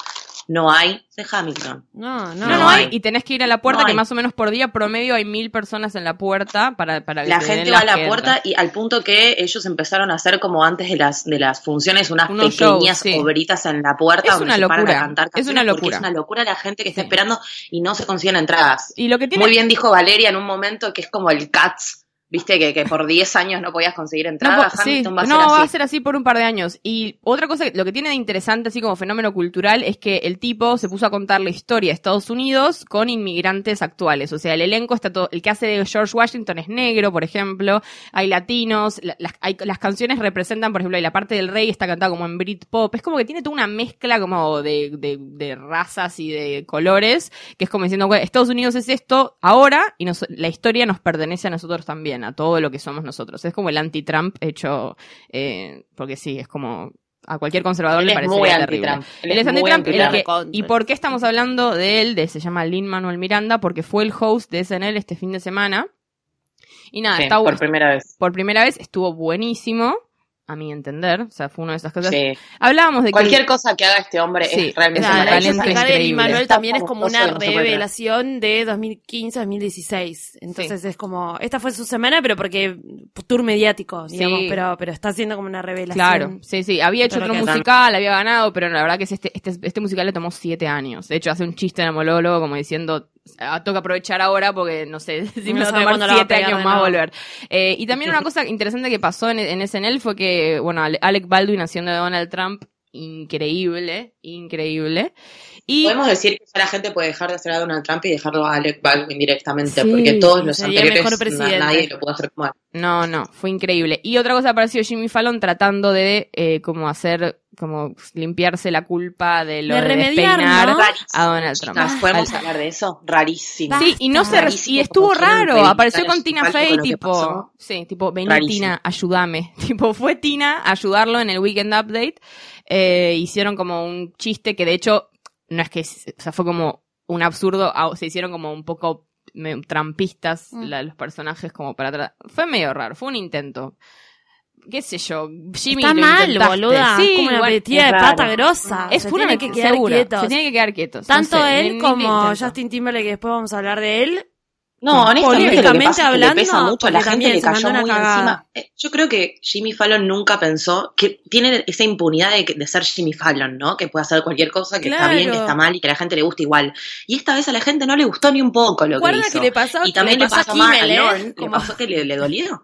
Speaker 4: No hay de Hamilton.
Speaker 2: No, no,
Speaker 3: no, no,
Speaker 4: no
Speaker 3: hay.
Speaker 4: hay.
Speaker 3: Y tenés que ir a la puerta,
Speaker 4: No
Speaker 3: que
Speaker 4: hay.
Speaker 3: más o menos por día promedio hay mil personas en la puerta para, para que
Speaker 4: La
Speaker 3: te den
Speaker 4: gente va a
Speaker 3: las
Speaker 4: la
Speaker 3: que
Speaker 4: puerta
Speaker 3: entran.
Speaker 4: y al punto que ellos empezaron a hacer como antes de las de las funciones unas
Speaker 3: Unos shows,
Speaker 4: pequeñas
Speaker 3: sí.
Speaker 4: obritas en la puerta
Speaker 3: Es
Speaker 4: donde
Speaker 3: una
Speaker 4: se paran
Speaker 3: locura,
Speaker 4: a cantar
Speaker 3: es
Speaker 4: canciones,
Speaker 3: una
Speaker 4: porque
Speaker 3: locura.
Speaker 4: es una locura la gente que está
Speaker 3: Sí.
Speaker 4: esperando y no se consiguen entradas.
Speaker 3: Y lo que tiene
Speaker 4: Muy bien dijo Valeria en un momento que es como el Cats, viste que, que por 10 años no podías conseguir
Speaker 3: No,
Speaker 4: entradas,
Speaker 3: po- sí,
Speaker 4: Hamilton va a
Speaker 3: no,
Speaker 4: ser así.
Speaker 3: va a ser así por un par de años. Y otra cosa, que- lo que tiene de interesante, así como fenómeno cultural, es que el tipo se puso a contar la historia de Estados Unidos con inmigrantes actuales. O sea, el elenco está todo, el que hace de George Washington es negro, por ejemplo, hay latinos, la- las, hay- las canciones representan, por ejemplo, y la parte del rey está cantada como en Britpop. Es como que tiene toda una mezcla como de, de- de razas y de colores, que es como diciendo, "Güey, Estados Unidos es esto ahora y nos- la historia nos pertenece a nosotros también, a todo lo que somos nosotros. Es como el anti-Trump hecho, eh, porque sí, es como a cualquier conservador
Speaker 4: Él
Speaker 3: le
Speaker 4: es
Speaker 3: parecería
Speaker 4: muy
Speaker 3: terrible.
Speaker 4: anti-Trump. Él
Speaker 3: Él es
Speaker 4: es muy
Speaker 3: anti-Trump, el
Speaker 4: anti-Trump.
Speaker 3: que-
Speaker 2: Recontra.
Speaker 3: ¿Y por qué estamos hablando de él? De, se llama Lin Manuel Miranda, porque fue el host de SNL este fin de semana. Y nada,
Speaker 4: Sí,
Speaker 3: ah, está,
Speaker 4: por primera vez.
Speaker 3: por primera vez estuvo buenísimo, a mi entender. O sea, fue una de esas cosas.
Speaker 4: Sí.
Speaker 3: Hablábamos de
Speaker 4: Cualquier
Speaker 3: que.
Speaker 4: cosa que haga este hombre
Speaker 3: Sí,
Speaker 4: es realmente
Speaker 3: es
Speaker 2: Claro, de
Speaker 3: un
Speaker 2: hecho,
Speaker 4: maravilloso.
Speaker 3: talento
Speaker 2: sacar el
Speaker 3: increíble.
Speaker 2: Immanuel
Speaker 4: Está
Speaker 2: también es como una
Speaker 4: famoso, no se puede creer.
Speaker 2: revelación de 2015-2016. Entonces es como, esta fue su semana, pero porque tour mediático,
Speaker 3: Sí.
Speaker 2: digamos, pero, pero está haciendo como una revelación.
Speaker 3: Claro, sí, sí. Había hecho
Speaker 2: Todo lo
Speaker 3: otro
Speaker 2: que-
Speaker 3: musical, había ganado, pero la verdad que es este, este, este musical le tomó siete años. De hecho, hace un chiste en el monólogo como diciendo, ah, toca aprovechar ahora porque no sé, *laughs*
Speaker 2: No
Speaker 3: si me va a
Speaker 2: sabe
Speaker 3: tomar
Speaker 2: cuándo la va a
Speaker 3: siete
Speaker 2: pegar
Speaker 3: años
Speaker 2: de
Speaker 3: más
Speaker 2: nuevo.
Speaker 3: volver. Eh, y
Speaker 2: *laughs*
Speaker 3: también una cosa interesante que pasó en, en SNL fue que, bueno, Ale- Alec Baldwin haciendo de Donald Trump, increíble, increíble. Y
Speaker 4: Podemos decir que ya la gente puede dejar de hacer a Donald Trump y dejarlo a Alec Baldwin directamente,
Speaker 3: Sí,
Speaker 4: porque todos los
Speaker 2: sería
Speaker 4: anteriores
Speaker 2: mejor presidente.
Speaker 4: na- nadie lo pudo hacer como él.
Speaker 3: No, no, fue increíble. Y otra cosa pareció Jimmy Fallon tratando de eh, como hacer, como limpiarse la culpa de lo
Speaker 2: De
Speaker 3: de,
Speaker 2: remediar,
Speaker 3: despeinar
Speaker 2: ¿no?
Speaker 3: a Donald Trump.
Speaker 4: Chicas, ¿podemos
Speaker 3: Al-
Speaker 4: hablar de eso? Rarísimo.
Speaker 3: Sí, y no se re-
Speaker 4: Rarísimo
Speaker 3: y estuvo
Speaker 4: como quieren
Speaker 3: raro,
Speaker 4: predicar
Speaker 3: apareció
Speaker 4: a
Speaker 3: con
Speaker 4: Jimmy
Speaker 3: Tina
Speaker 4: Fallon
Speaker 3: Fey
Speaker 4: con lo que
Speaker 3: tipo,
Speaker 4: pasó.
Speaker 3: sí, tipo, vení
Speaker 4: Rarísimo.
Speaker 3: Tina, ayúdame. *laughs* Tipo, fue Tina a ayudarlo en el Weekend Update, eh, hicieron como un chiste que de hecho no es que, o sea, fue como un absurdo, ah, se hicieron como un poco me- trampistas
Speaker 2: Mm.
Speaker 3: la- los personajes como para atrás. Fue medio raro, fue un intento. Qué sé yo, Jimmy
Speaker 2: está
Speaker 3: lo
Speaker 2: mal,
Speaker 3: intentaste.
Speaker 2: boluda.
Speaker 3: Sí,
Speaker 2: es como una
Speaker 3: bueno,
Speaker 2: metida de
Speaker 4: es
Speaker 2: pata
Speaker 4: raro.
Speaker 2: grosa.
Speaker 3: es
Speaker 2: Se
Speaker 3: una
Speaker 2: tienen que
Speaker 3: met-
Speaker 2: quedar
Speaker 3: seguro,
Speaker 2: quietos.
Speaker 3: Se tiene que quedar quietos. no
Speaker 2: Tanto
Speaker 3: sé, ni-
Speaker 2: él
Speaker 3: ni
Speaker 2: como
Speaker 3: lo intento.
Speaker 2: Justin Timberlake, que después vamos a hablar de él.
Speaker 4: No, honestamente, lo que
Speaker 2: Políticamente
Speaker 4: pasa es que le pesa
Speaker 2: hablando,
Speaker 4: mucho, la
Speaker 2: porque
Speaker 4: gente
Speaker 2: también
Speaker 4: le
Speaker 2: se mandó
Speaker 4: cayó
Speaker 2: una
Speaker 4: muy
Speaker 2: cagada.
Speaker 4: encima. Eh, Yo creo que Jimmy Fallon nunca pensó que tiene esa impunidad de, que- de ser Jimmy Fallon, ¿no? Que puede hacer cualquier cosa, que está bien, que
Speaker 2: Claro.
Speaker 4: está mal y que a la gente le gusta igual. Y esta vez a la gente no le gustó ni un poco lo que
Speaker 2: Guarda
Speaker 4: hizo.
Speaker 2: que le pasó,
Speaker 4: y también
Speaker 2: que
Speaker 4: le
Speaker 2: pasó
Speaker 4: pasó
Speaker 2: a
Speaker 4: mal a
Speaker 2: Kimmel, ¿eh?
Speaker 4: Lorne, le
Speaker 2: Como-
Speaker 4: pasó que le, le dolió.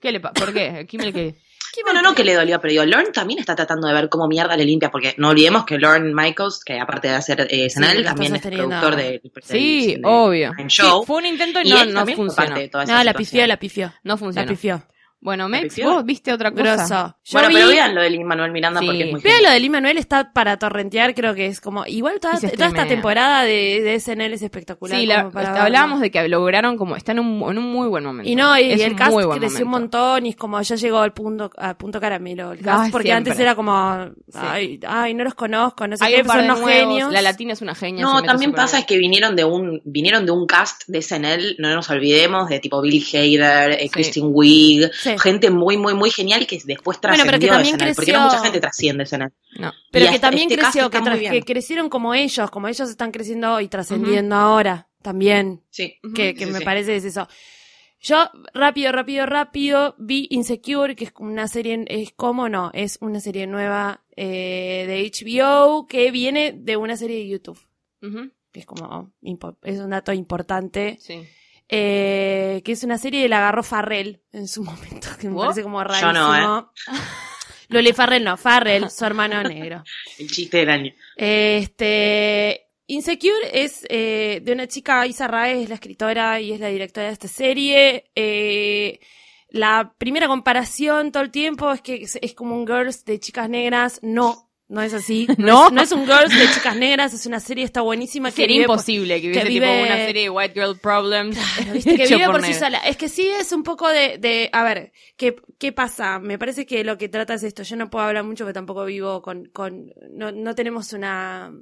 Speaker 3: ¿Qué le pa- ¿Por qué? Kimmel que.
Speaker 4: Bueno, no que le dolió, pero digo, Lorne también está tratando de ver cómo mierda le limpia, porque no olvidemos que Lorne Michaels, que aparte de hacer eh, SNL,
Speaker 2: Sí, está
Speaker 4: también es
Speaker 2: sosteniendo.
Speaker 4: productor del, del-
Speaker 3: Sí,
Speaker 4: del-
Speaker 3: obvio.
Speaker 4: del
Speaker 3: Sí,
Speaker 4: show.
Speaker 3: fue un intento y,
Speaker 4: Y
Speaker 3: no,
Speaker 4: él
Speaker 3: no
Speaker 4: también fue
Speaker 3: funcionó.
Speaker 4: parte de toda esa
Speaker 2: No, la pifió,
Speaker 4: situación.
Speaker 2: la pifió.
Speaker 3: No
Speaker 2: La
Speaker 3: funcionó.
Speaker 2: pifió.
Speaker 3: Bueno, Mex,
Speaker 4: pifió?
Speaker 3: vos viste otra cosa.
Speaker 2: Grosso. Yo
Speaker 4: Bueno,
Speaker 2: vi-
Speaker 4: pero vean lo de Lin Manuel Miranda
Speaker 3: Sí.
Speaker 4: porque es muy
Speaker 2: Veo
Speaker 4: genial.
Speaker 2: lo de Lin Manuel está para torrentear, creo que es como. Igual toda,
Speaker 3: Y se
Speaker 2: toda esta
Speaker 3: streamea.
Speaker 2: temporada de, de SNL es espectacular.
Speaker 3: Sí, la-
Speaker 2: como para
Speaker 3: hasta hablábamos
Speaker 2: verlo.
Speaker 3: de que lograron como. Está en un, en un muy buen momento.
Speaker 2: Y no, y,
Speaker 3: Es
Speaker 2: y el
Speaker 3: un
Speaker 2: cast
Speaker 3: muy
Speaker 2: creció
Speaker 3: buen
Speaker 2: un
Speaker 3: momento.
Speaker 2: montón y es como ya llegó al punto, a punto caramelo. El cast,
Speaker 3: Ay,
Speaker 2: porque
Speaker 3: siempre.
Speaker 2: antes era como. Ay, ay, no los conozco, no sé
Speaker 3: Hay
Speaker 2: qué,
Speaker 3: un par
Speaker 2: son
Speaker 3: de
Speaker 2: unos
Speaker 3: nuevos,
Speaker 2: genios.
Speaker 3: La latina es una genia. se
Speaker 4: No,
Speaker 3: mete
Speaker 4: también
Speaker 3: súper
Speaker 4: pasa
Speaker 3: bien.
Speaker 4: es que vinieron de un vinieron de un cast de SNL, no nos olvidemos, de tipo Bill Hader, eh,
Speaker 3: Sí.
Speaker 4: Kristen Wiig,
Speaker 2: Sí.
Speaker 4: gente muy muy muy genial que después
Speaker 2: Bueno, pero
Speaker 4: trascendió
Speaker 2: que
Speaker 4: de
Speaker 2: también
Speaker 4: SNL, porque no
Speaker 2: creció-
Speaker 4: mucha gente trasciende SNL.
Speaker 3: No.
Speaker 2: Pero
Speaker 4: Y
Speaker 2: que
Speaker 4: hasta
Speaker 2: también
Speaker 4: este
Speaker 2: creció,
Speaker 4: caso
Speaker 2: que,
Speaker 4: está
Speaker 2: tras-
Speaker 4: muy bien.
Speaker 2: que crecieron como ellos, como ellos están creciendo y trascendiendo ahora también.
Speaker 4: Sí.
Speaker 2: que,
Speaker 4: Ujú,
Speaker 2: que
Speaker 4: sí,
Speaker 2: me
Speaker 4: sí.
Speaker 2: parece es eso. Yo, rápido, rápido, rápido, vi Insecure, que es una serie, es como no, es una serie nueva eh, de HBO que viene de una serie de YouTube.
Speaker 3: Ujú,
Speaker 2: que Es como, oh, impo- es un dato importante.
Speaker 3: Sí.
Speaker 2: Eh, que es una serie del agarró Farrell en su *laughs* momento, que me
Speaker 3: ¿What?
Speaker 2: parece como
Speaker 4: Yo
Speaker 2: rarísimo.
Speaker 4: no, ¿eh?
Speaker 2: Loli Farrell no, Farrell, su hermano negro.
Speaker 4: El chiste del año.
Speaker 2: Este. Insecure es eh, de una chica, Isa Rae es la escritora y es la directora de esta serie. Eh, la primera comparación todo el tiempo es que es, es como un Girls de chicas negras. No, no es así.
Speaker 3: No.
Speaker 2: es, no es un Girls de chicas negras, es una serie, está buenísima. que
Speaker 3: Sería
Speaker 2: vive por-
Speaker 3: imposible que hubiese
Speaker 2: vive-
Speaker 3: tipo una serie de White Girl Problems. *laughs*
Speaker 2: Claro, viste, que
Speaker 3: hecho
Speaker 2: vive por, sí
Speaker 3: negro.
Speaker 2: sola. Es que sí es un poco de, de a ver, ¿qué, ¿qué pasa? Me parece que lo que trata es esto. Yo no puedo hablar mucho porque tampoco vivo con, con no, no tenemos una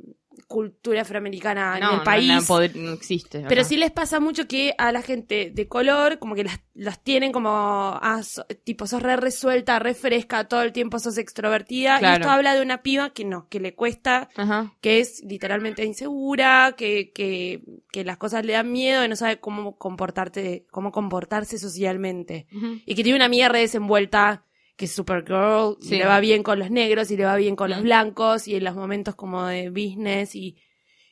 Speaker 2: cultura afroamericana
Speaker 3: No,
Speaker 2: en el
Speaker 3: no,
Speaker 2: país.
Speaker 3: No, pod- no existe.
Speaker 2: pero
Speaker 3: acá.
Speaker 2: sí les pasa mucho que a la gente de color, como que las, las tienen como, ah, so- tipo, sos re resuelta, re fresca, todo el tiempo sos extrovertida. Y
Speaker 3: Claro.
Speaker 2: esto habla de una piba que no, que le cuesta
Speaker 3: Ajá.
Speaker 2: que es literalmente insegura, que, que, que las cosas le dan miedo y no sabe cómo comportarte, cómo comportarse socialmente.
Speaker 3: Ujú.
Speaker 2: Y que tiene una mierda desenvuelta, que es Supergirl, y
Speaker 3: Sí.
Speaker 2: le va bien con los negros y le va bien con los
Speaker 3: Mm.
Speaker 2: blancos y en los momentos como de business y,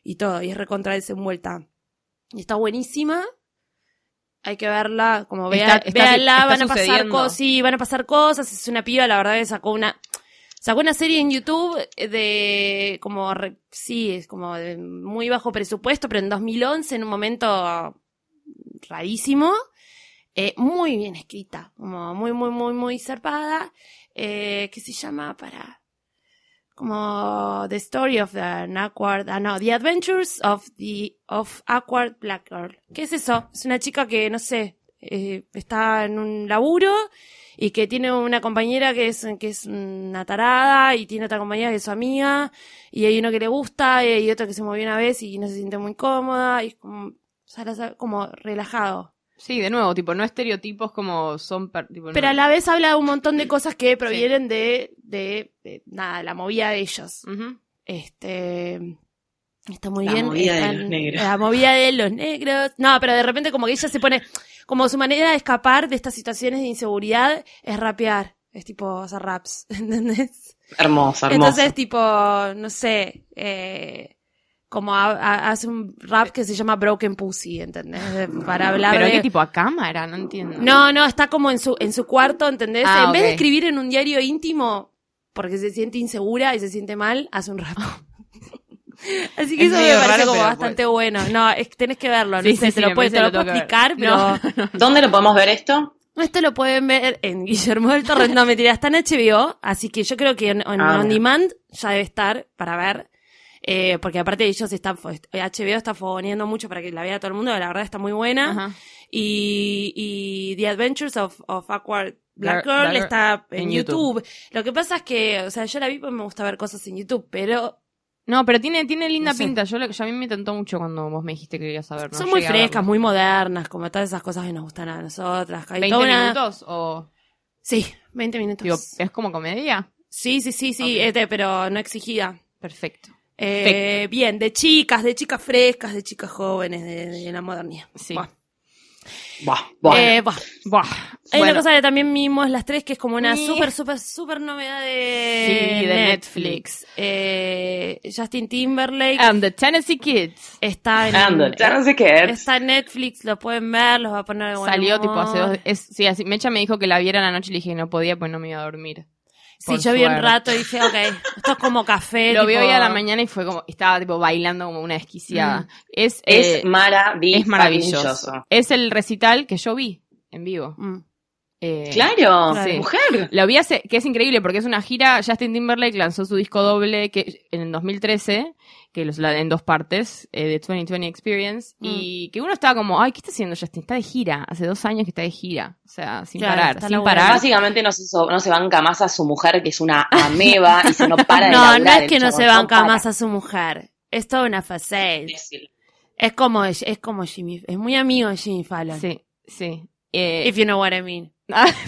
Speaker 2: y todo, y es recontra desenvuelta. Y está buenísima. Hay que verla, como vea,
Speaker 3: Está- está-
Speaker 2: véanla,
Speaker 3: está
Speaker 2: van a pasar
Speaker 3: sucediendo.
Speaker 2: cosas, sí, van a pasar cosas, es una piba, la verdad que sacó una sacó una serie en YouTube de como re- sí, es como de muy bajo presupuesto, pero en 2011 en un momento rarísimo, eh, muy bien escrita, como muy muy muy muy zarpada, eh, que se llama para como The Story of an Awkward, ah no, The Adventures of the of Awkward Black Girl. ¿Qué es eso? Es una chica que no sé, eh, está en un laburo y que tiene una compañera que es que es una tarada y tiene otra compañera que es su amiga y hay uno que le gusta y hay otro que se movió una vez y no se siente muy cómoda y es como, o sea, la sabe- como relajado.
Speaker 3: Sí, de nuevo, tipo, no estereotipos como son. par- tipo, no.
Speaker 2: Pero a la vez habla de un montón de cosas que provienen de, de, de nada, la movida de ellos.
Speaker 3: Ujú.
Speaker 2: Este. Está muy
Speaker 4: La
Speaker 2: bien.
Speaker 4: movida de
Speaker 2: están-
Speaker 4: los negros.
Speaker 2: La movida de los negros. No, pero de repente, como que ella se pone. Como su manera de escapar de estas situaciones de inseguridad es rapear. Es tipo hacer raps. *laughs* ¿Entendés?
Speaker 4: Hermoso, hermoso.
Speaker 2: Entonces, tipo, no sé. eh, como ha- ha- hace un rap que se llama Broken Pussy, ¿entendés? De- Para hablar
Speaker 3: Pero
Speaker 2: de.
Speaker 3: qué tipo a cámara, no entiendo.
Speaker 2: No, no, está como en su, en su cuarto, ¿entendés?
Speaker 3: Ah,
Speaker 2: en vez de
Speaker 3: ok.
Speaker 2: escribir en un diario íntimo, porque se siente insegura y se siente mal, hace un
Speaker 3: *laughs*
Speaker 2: rap. Así que
Speaker 3: Es
Speaker 2: eso me
Speaker 3: medio
Speaker 2: parece
Speaker 3: raro,
Speaker 2: como
Speaker 3: pero
Speaker 2: bastante bueno. No, es, que tenés que verlo, no
Speaker 3: Sí,
Speaker 2: sé, te
Speaker 3: sí, sí,
Speaker 2: lo,
Speaker 3: me
Speaker 2: puedes,
Speaker 3: parece
Speaker 2: te lo
Speaker 3: que lo
Speaker 2: puedo explicar,
Speaker 3: tengo que
Speaker 2: pero
Speaker 3: ver.
Speaker 2: *laughs*
Speaker 4: ¿Dónde lo podemos ver esto?
Speaker 2: esto lo pueden ver en Guillermo del Torrent, no mentira, está en HBO, así que yo creo que en, en
Speaker 4: Ah,
Speaker 2: On
Speaker 4: bueno.
Speaker 2: Demand ya debe estar para ver. Eh, porque aparte ellos están, fo- HBO está fogoneando mucho para que la vea todo el mundo, la verdad está muy buena.
Speaker 3: Ajá.
Speaker 2: y, y The Adventures of, of Awkward Black
Speaker 3: Black-
Speaker 2: Girl
Speaker 3: Black Girl
Speaker 2: está en,
Speaker 3: en
Speaker 2: YouTube. Lo que pasa es que, o sea, yo la vi porque me gusta ver cosas en YouTube, pero
Speaker 3: No, pero tiene, tiene linda
Speaker 2: No sé.
Speaker 3: pinta. Yo, lo- yo a mí me tentó mucho cuando vos me dijiste que querías saber. no
Speaker 2: son muy
Speaker 3: llegué a verlo.
Speaker 2: frescas, muy modernas, como todas esas cosas que nos gustan a nosotras. Hay toda
Speaker 3: ¿20
Speaker 2: una-
Speaker 3: minutos? O,
Speaker 2: Sí, 20 minutos.
Speaker 3: digo, ¿es como comedia?
Speaker 2: Sí, sí, sí, sí,
Speaker 3: Ok.
Speaker 2: este, pero no exigida.
Speaker 3: Perfecto.
Speaker 2: Eh,
Speaker 3: Perfecto.
Speaker 2: bien, de chicas, de chicas frescas, de chicas jóvenes, de, de la modernidad.
Speaker 3: Sí.
Speaker 2: Buah.
Speaker 4: Buah, buah.
Speaker 2: Eh, buah.
Speaker 3: Buah.
Speaker 2: Hay
Speaker 3: Bueno,
Speaker 2: una cosa que también vimos las tres, que es como una
Speaker 3: Ni-
Speaker 2: súper, súper, súper novedad de,
Speaker 3: Sí, de
Speaker 2: Netflix. Eh, Justin Timberlake
Speaker 3: And um, the Tennessee Kids.
Speaker 2: está en,
Speaker 3: Ah,
Speaker 4: Anda, ya no sé qué es.
Speaker 2: está en Netflix, lo pueden ver, los va a poner de buen
Speaker 3: Salió
Speaker 2: humor.
Speaker 3: tipo hace dos. Es, sí, así, Mecha me dijo que la viera la noche y le dije no podía pues no me iba a dormir.
Speaker 2: Sí,
Speaker 3: Por
Speaker 2: yo vi un
Speaker 3: suerte.
Speaker 2: rato y dije, ok, esto es como café.
Speaker 3: Lo vi
Speaker 2: Eh, tipo-
Speaker 3: hoy a la mañana y fue como. Estaba tipo bailando como una desquiciada.
Speaker 2: Mm.
Speaker 3: Es, eh,
Speaker 4: es maravilloso.
Speaker 3: es maravilloso. Es el recital que yo vi en vivo.
Speaker 2: Mm.
Speaker 3: Eh,
Speaker 4: Claro,
Speaker 3: Sí.
Speaker 4: mujer.
Speaker 3: Lo vi hace, que es increíble porque es una gira, Justin Timberlake lanzó su disco doble que en el 2013, que los la- en dos partes, eh, de 2020 Experience,
Speaker 2: Mm.
Speaker 3: y que uno estaba como, ay, ¿qué está haciendo Justin? Está de gira, hace dos años que está de gira, o sea, sin
Speaker 2: Claro,
Speaker 3: parar,
Speaker 2: está
Speaker 3: sin
Speaker 2: laburando.
Speaker 3: parar.
Speaker 4: Básicamente no se, so- no se banca más a su mujer, que
Speaker 3: *laughs*
Speaker 4: es una ameba, y se no para de
Speaker 2: No, no
Speaker 4: laburar
Speaker 2: es que
Speaker 4: el
Speaker 2: no
Speaker 4: chabón,
Speaker 2: se banca
Speaker 4: para.
Speaker 2: más a su mujer. Es toda una faceta.
Speaker 4: Imbécil.
Speaker 2: Es como, es como Jimmy, es muy amigo de Jimmy Fallon.
Speaker 3: Sí, sí. Eh,
Speaker 2: If you know what I mean.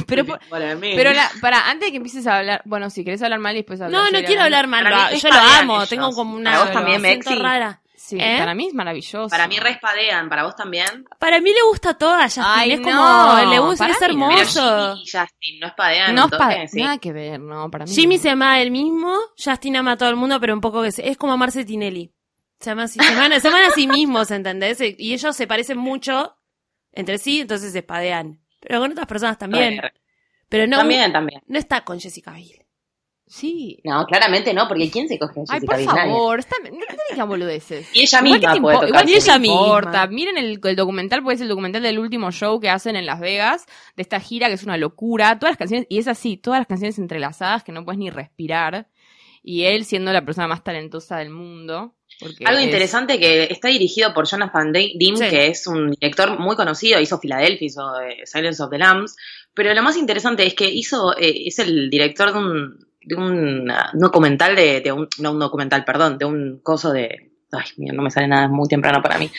Speaker 3: pero, por-
Speaker 4: Para mí.
Speaker 3: *laughs* pero
Speaker 2: *laughs*
Speaker 3: la- para, antes de que empieces a hablar, bueno, si querés hablar mal y después hablar
Speaker 2: No, no
Speaker 3: serio,
Speaker 2: quiero hablar mal.
Speaker 4: Para mí
Speaker 2: lo-
Speaker 4: es
Speaker 2: yo lo
Speaker 4: para
Speaker 2: amo.
Speaker 4: ellos.
Speaker 2: Tengo como una.
Speaker 4: Para vos también,
Speaker 2: me siento
Speaker 4: Mexi.
Speaker 2: rara.
Speaker 3: Sí,
Speaker 2: ¿Eh?
Speaker 3: para mí es maravilloso.
Speaker 4: Para mí respadean, para vos también.
Speaker 2: Para mí le gusta todo a Justin.
Speaker 3: Ay,
Speaker 2: es
Speaker 3: no,
Speaker 2: como. Le gusta,
Speaker 3: para
Speaker 2: es
Speaker 3: mí no.
Speaker 4: Pero
Speaker 2: hermoso.
Speaker 4: Jimmy y Justin no espadean,
Speaker 3: no es
Speaker 4: entonces,
Speaker 3: pa-
Speaker 4: sí.
Speaker 3: nada que ver, no, para mí.
Speaker 2: Jimmy
Speaker 3: no.
Speaker 2: se ama a él mismo. Justin ama a todo el mundo, pero un poco que se- es como amarse Tinelli. Se aman, se aman, se aman a sí mismos, ¿entendés? Y ellos se parecen mucho entre sí, entonces se espadean. Pero con otras personas también. Pero no,
Speaker 4: También, también.
Speaker 2: no está con Jessica Biel.
Speaker 3: Sí.
Speaker 4: No, claramente no, porque ¿quién se coge a
Speaker 3: Ay,
Speaker 4: Jessica
Speaker 3: por
Speaker 4: Biel? Nadie.
Speaker 3: favor, está- no te digas boludeces.
Speaker 4: Y ella
Speaker 3: Igual que
Speaker 4: misma
Speaker 3: te impo-
Speaker 4: puede tocar.
Speaker 3: igual que
Speaker 2: Y ella
Speaker 3: te importa.
Speaker 2: misma.
Speaker 3: Miren el, el documental, porque es el documental del último show que hacen en Las Vegas, de esta gira que es una locura. Todas las canciones, y es así, todas las canciones entrelazadas que no puedes ni respirar. Y él siendo la persona más talentosa del mundo. porque
Speaker 4: Algo
Speaker 3: es-
Speaker 4: interesante que está dirigido por Jonathan Dim,
Speaker 2: Sí.
Speaker 4: que es un director muy conocido, hizo Philadelphia, hizo eh, Silence of the Lambs, pero lo más interesante es que hizo, eh, es el director de un, de un ah, documental de, de un, no un documental, perdón, de un coso de, ay, mira, no me sale nada, es muy temprano para mí,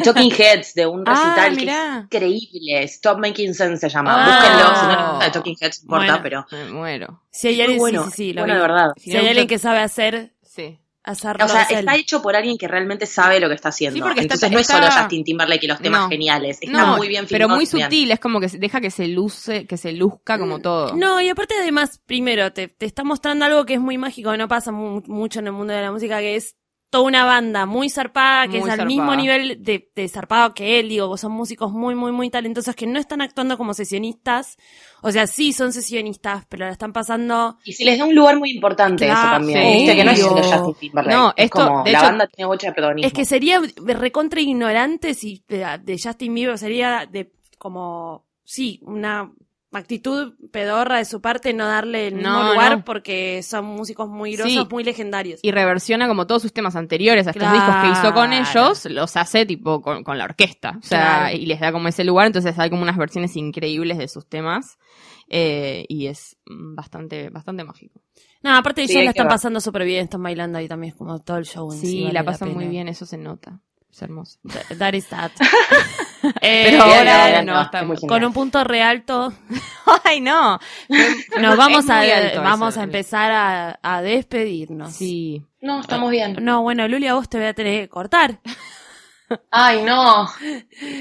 Speaker 2: *laughs*
Speaker 4: Talking Heads, de un
Speaker 3: Ah,
Speaker 4: recital que es
Speaker 3: mirá.
Speaker 4: increíble, Stop Making Sense se llama,
Speaker 2: Ah.
Speaker 4: búsquenlo, si no, no, Talking Heads, no importa,
Speaker 2: Bueno.
Speaker 4: pero
Speaker 3: Me muero.
Speaker 2: Si hay
Speaker 4: muy
Speaker 2: alguien,
Speaker 4: bueno,
Speaker 2: sí, sí, sí, lo
Speaker 4: bueno,
Speaker 2: vi.
Speaker 4: de verdad.
Speaker 2: Si
Speaker 3: Si no,
Speaker 2: hay alguien
Speaker 3: yo-
Speaker 2: que sabe hacer,
Speaker 3: Sí.
Speaker 2: hacerlo.
Speaker 4: O sea,
Speaker 2: es él.
Speaker 4: está hecho por alguien que realmente sabe lo que está haciendo.
Speaker 3: Sí, porque está-
Speaker 4: Entonces no es
Speaker 3: está-
Speaker 4: solo Justin Timberlake y los temas
Speaker 3: No.
Speaker 4: geniales. Está
Speaker 3: No,
Speaker 4: muy bien
Speaker 3: pero
Speaker 4: filmado
Speaker 3: muy
Speaker 4: también. Mm,
Speaker 3: sutil, es como que se- deja que se luce, que se luzca como todo.
Speaker 2: No, y aparte además, primero, te, te está mostrando algo que es muy mágico, que no pasa mu- mucho en el mundo de la música, que es toda una banda muy zarpada, que
Speaker 3: Muy
Speaker 2: es al
Speaker 3: zarpada.
Speaker 2: mismo nivel de, de zarpado que él, digo, son músicos muy, muy, muy talentosos que no están actuando como sesionistas, o sea, sí son sesionistas, pero la están pasando...
Speaker 4: Y se les da un lugar muy importante eso
Speaker 2: Claro,
Speaker 4: también.
Speaker 3: sí.
Speaker 4: Viste que no es solo
Speaker 2: Obvio.
Speaker 4: Justin Timberlake.
Speaker 3: No,
Speaker 4: es
Speaker 3: esto,
Speaker 4: como,
Speaker 3: de
Speaker 4: la
Speaker 3: hecho-
Speaker 4: banda tiene mucha de protagonismo.
Speaker 2: Es que sería recontra ignorante si de, de Justin Bieber sería de como, sí, una actitud pedorra de su parte no darle el mismo
Speaker 3: No,
Speaker 2: lugar
Speaker 3: no.
Speaker 2: porque son músicos muy
Speaker 3: Sí.
Speaker 2: grosos, muy legendarios.
Speaker 3: y reversiona como todos sus temas anteriores a estos
Speaker 2: Claro.
Speaker 3: discos que hizo con ellos, los hace tipo con, con la orquesta, o sea,
Speaker 2: Claro.
Speaker 3: y les da como ese lugar, entonces hay como unas versiones increíbles de sus temas, eh, y es mm, bastante, bastante mágico.
Speaker 2: No, aparte
Speaker 4: Sí,
Speaker 2: ellos
Speaker 4: hay
Speaker 2: la
Speaker 4: que
Speaker 2: están
Speaker 4: ver.
Speaker 2: pasando súper bien, están bailando ahí también, es como todo el show. en
Speaker 3: Sí,
Speaker 2: sí, vale
Speaker 3: la pasan muy
Speaker 2: pena.
Speaker 3: bien, eso se nota,
Speaker 2: *laughs*
Speaker 3: es hermoso.
Speaker 2: Th- That is
Speaker 3: *laughs*
Speaker 2: that. Eh,
Speaker 3: Pero
Speaker 4: bien,
Speaker 3: ahora
Speaker 4: bien,
Speaker 3: no,
Speaker 4: no,
Speaker 3: está
Speaker 4: es muy
Speaker 3: muy
Speaker 2: Con un punto re alto,
Speaker 3: ¡Ay, no!
Speaker 2: nos vamos
Speaker 3: Es
Speaker 2: a,
Speaker 3: muy alto
Speaker 2: vamos
Speaker 3: eso,
Speaker 2: a
Speaker 3: sí.
Speaker 2: empezar a, a despedirnos.
Speaker 3: Sí.
Speaker 4: No, estamos bien.
Speaker 2: No, bueno, Lulia, vos te voy a tener que cortar.
Speaker 4: Ay, no.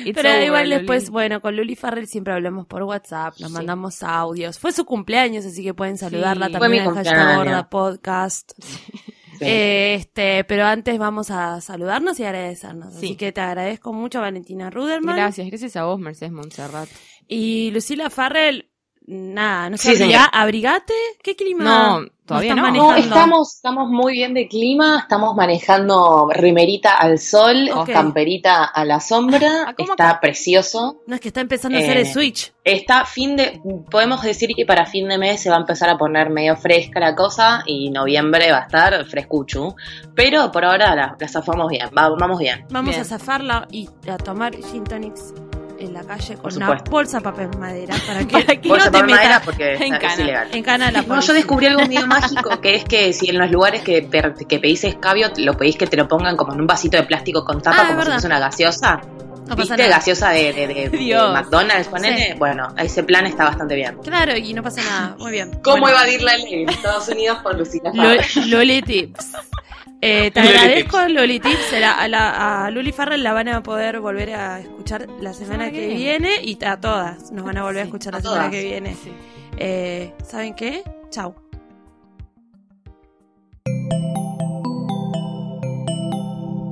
Speaker 3: It's
Speaker 2: Pero
Speaker 3: over,
Speaker 2: igual
Speaker 3: Loli.
Speaker 2: después, bueno, con Luli Farrell siempre hablamos por WhatsApp, nos
Speaker 3: Sí.
Speaker 2: mandamos audios. Fue su cumpleaños, así que pueden saludarla
Speaker 3: Sí.
Speaker 2: también
Speaker 4: Fue
Speaker 2: en
Speaker 4: mi
Speaker 2: hashtag
Speaker 4: cumpleaños.
Speaker 2: gorda podcast. Eh, este, pero antes vamos a saludarnos y agradecernos.
Speaker 3: Sí.
Speaker 2: Así que te agradezco mucho, Valentina Ruderman.
Speaker 3: Gracias, gracias a vos, Mercedes Montserrat.
Speaker 2: Y Lucila Farrell, nada, no sé,
Speaker 4: Sí,
Speaker 2: abriga-
Speaker 4: señor.
Speaker 2: abrigate, ¿qué clima?
Speaker 3: No, todavía
Speaker 2: están
Speaker 3: no.
Speaker 4: No,
Speaker 2: manejando?
Speaker 3: *laughs*
Speaker 4: estamos, estamos muy bien de clima, estamos manejando rimerita al sol,
Speaker 2: Ok.
Speaker 4: camperita a la sombra,
Speaker 3: Ah, ¿cómo
Speaker 4: está
Speaker 3: acá?
Speaker 4: precioso.
Speaker 2: No, es que está empezando a hacer el
Speaker 4: Eh,
Speaker 2: switch.
Speaker 4: Está fin de, podemos decir que para fin de mes se va a empezar a poner medio fresca la cosa y noviembre va a estar frescuchu, pero por ahora la, la zafamos bien, va- vamos bien.
Speaker 2: Vamos
Speaker 3: bien.
Speaker 2: a zafarla y a tomar gin tonics en la calle con
Speaker 4: Por
Speaker 2: una
Speaker 4: supuesto.
Speaker 2: bolsa de papel madera
Speaker 4: *laughs*
Speaker 2: para que,
Speaker 3: Para que
Speaker 4: Bolsa
Speaker 2: no te
Speaker 4: para madera
Speaker 2: metas
Speaker 4: porque
Speaker 3: en
Speaker 4: es- es
Speaker 3: cana.
Speaker 4: ilegal.
Speaker 2: en cana de la
Speaker 4: No, yo
Speaker 2: policía.
Speaker 4: descubrí algo medio mágico que es que si en los lugares que, per- que pedís escabio, te lo pedís que te lo pongan como en un vasito de plástico con
Speaker 2: Ah,
Speaker 4: tapa,
Speaker 2: es
Speaker 4: como si
Speaker 2: verdad.
Speaker 4: fuese una gaseosa.
Speaker 2: No pasa
Speaker 4: ¿Viste?
Speaker 2: nada.
Speaker 4: Gaseosa de, de- de- de
Speaker 3: Dios.
Speaker 4: McDonald's, ponele. Bueno, ese plan está bastante bien.
Speaker 2: Claro, y no pasa nada. Muy bien.
Speaker 4: ¿Cómo
Speaker 2: Bueno.
Speaker 4: evadir la ley en Estados Unidos por Lucila?
Speaker 2: Lo- Loli Tips. Eh, te
Speaker 4: Loli
Speaker 2: agradezco, Loli Tips. La- a, la- a Luli Farrell la van a poder volver a escuchar la semana
Speaker 3: semana
Speaker 2: que
Speaker 3: que
Speaker 2: viene y a todas nos van a volver a
Speaker 3: Sí,
Speaker 2: escuchar
Speaker 4: a
Speaker 2: la semana
Speaker 4: todas.
Speaker 2: que viene. Eh, ¿Saben qué? Chau.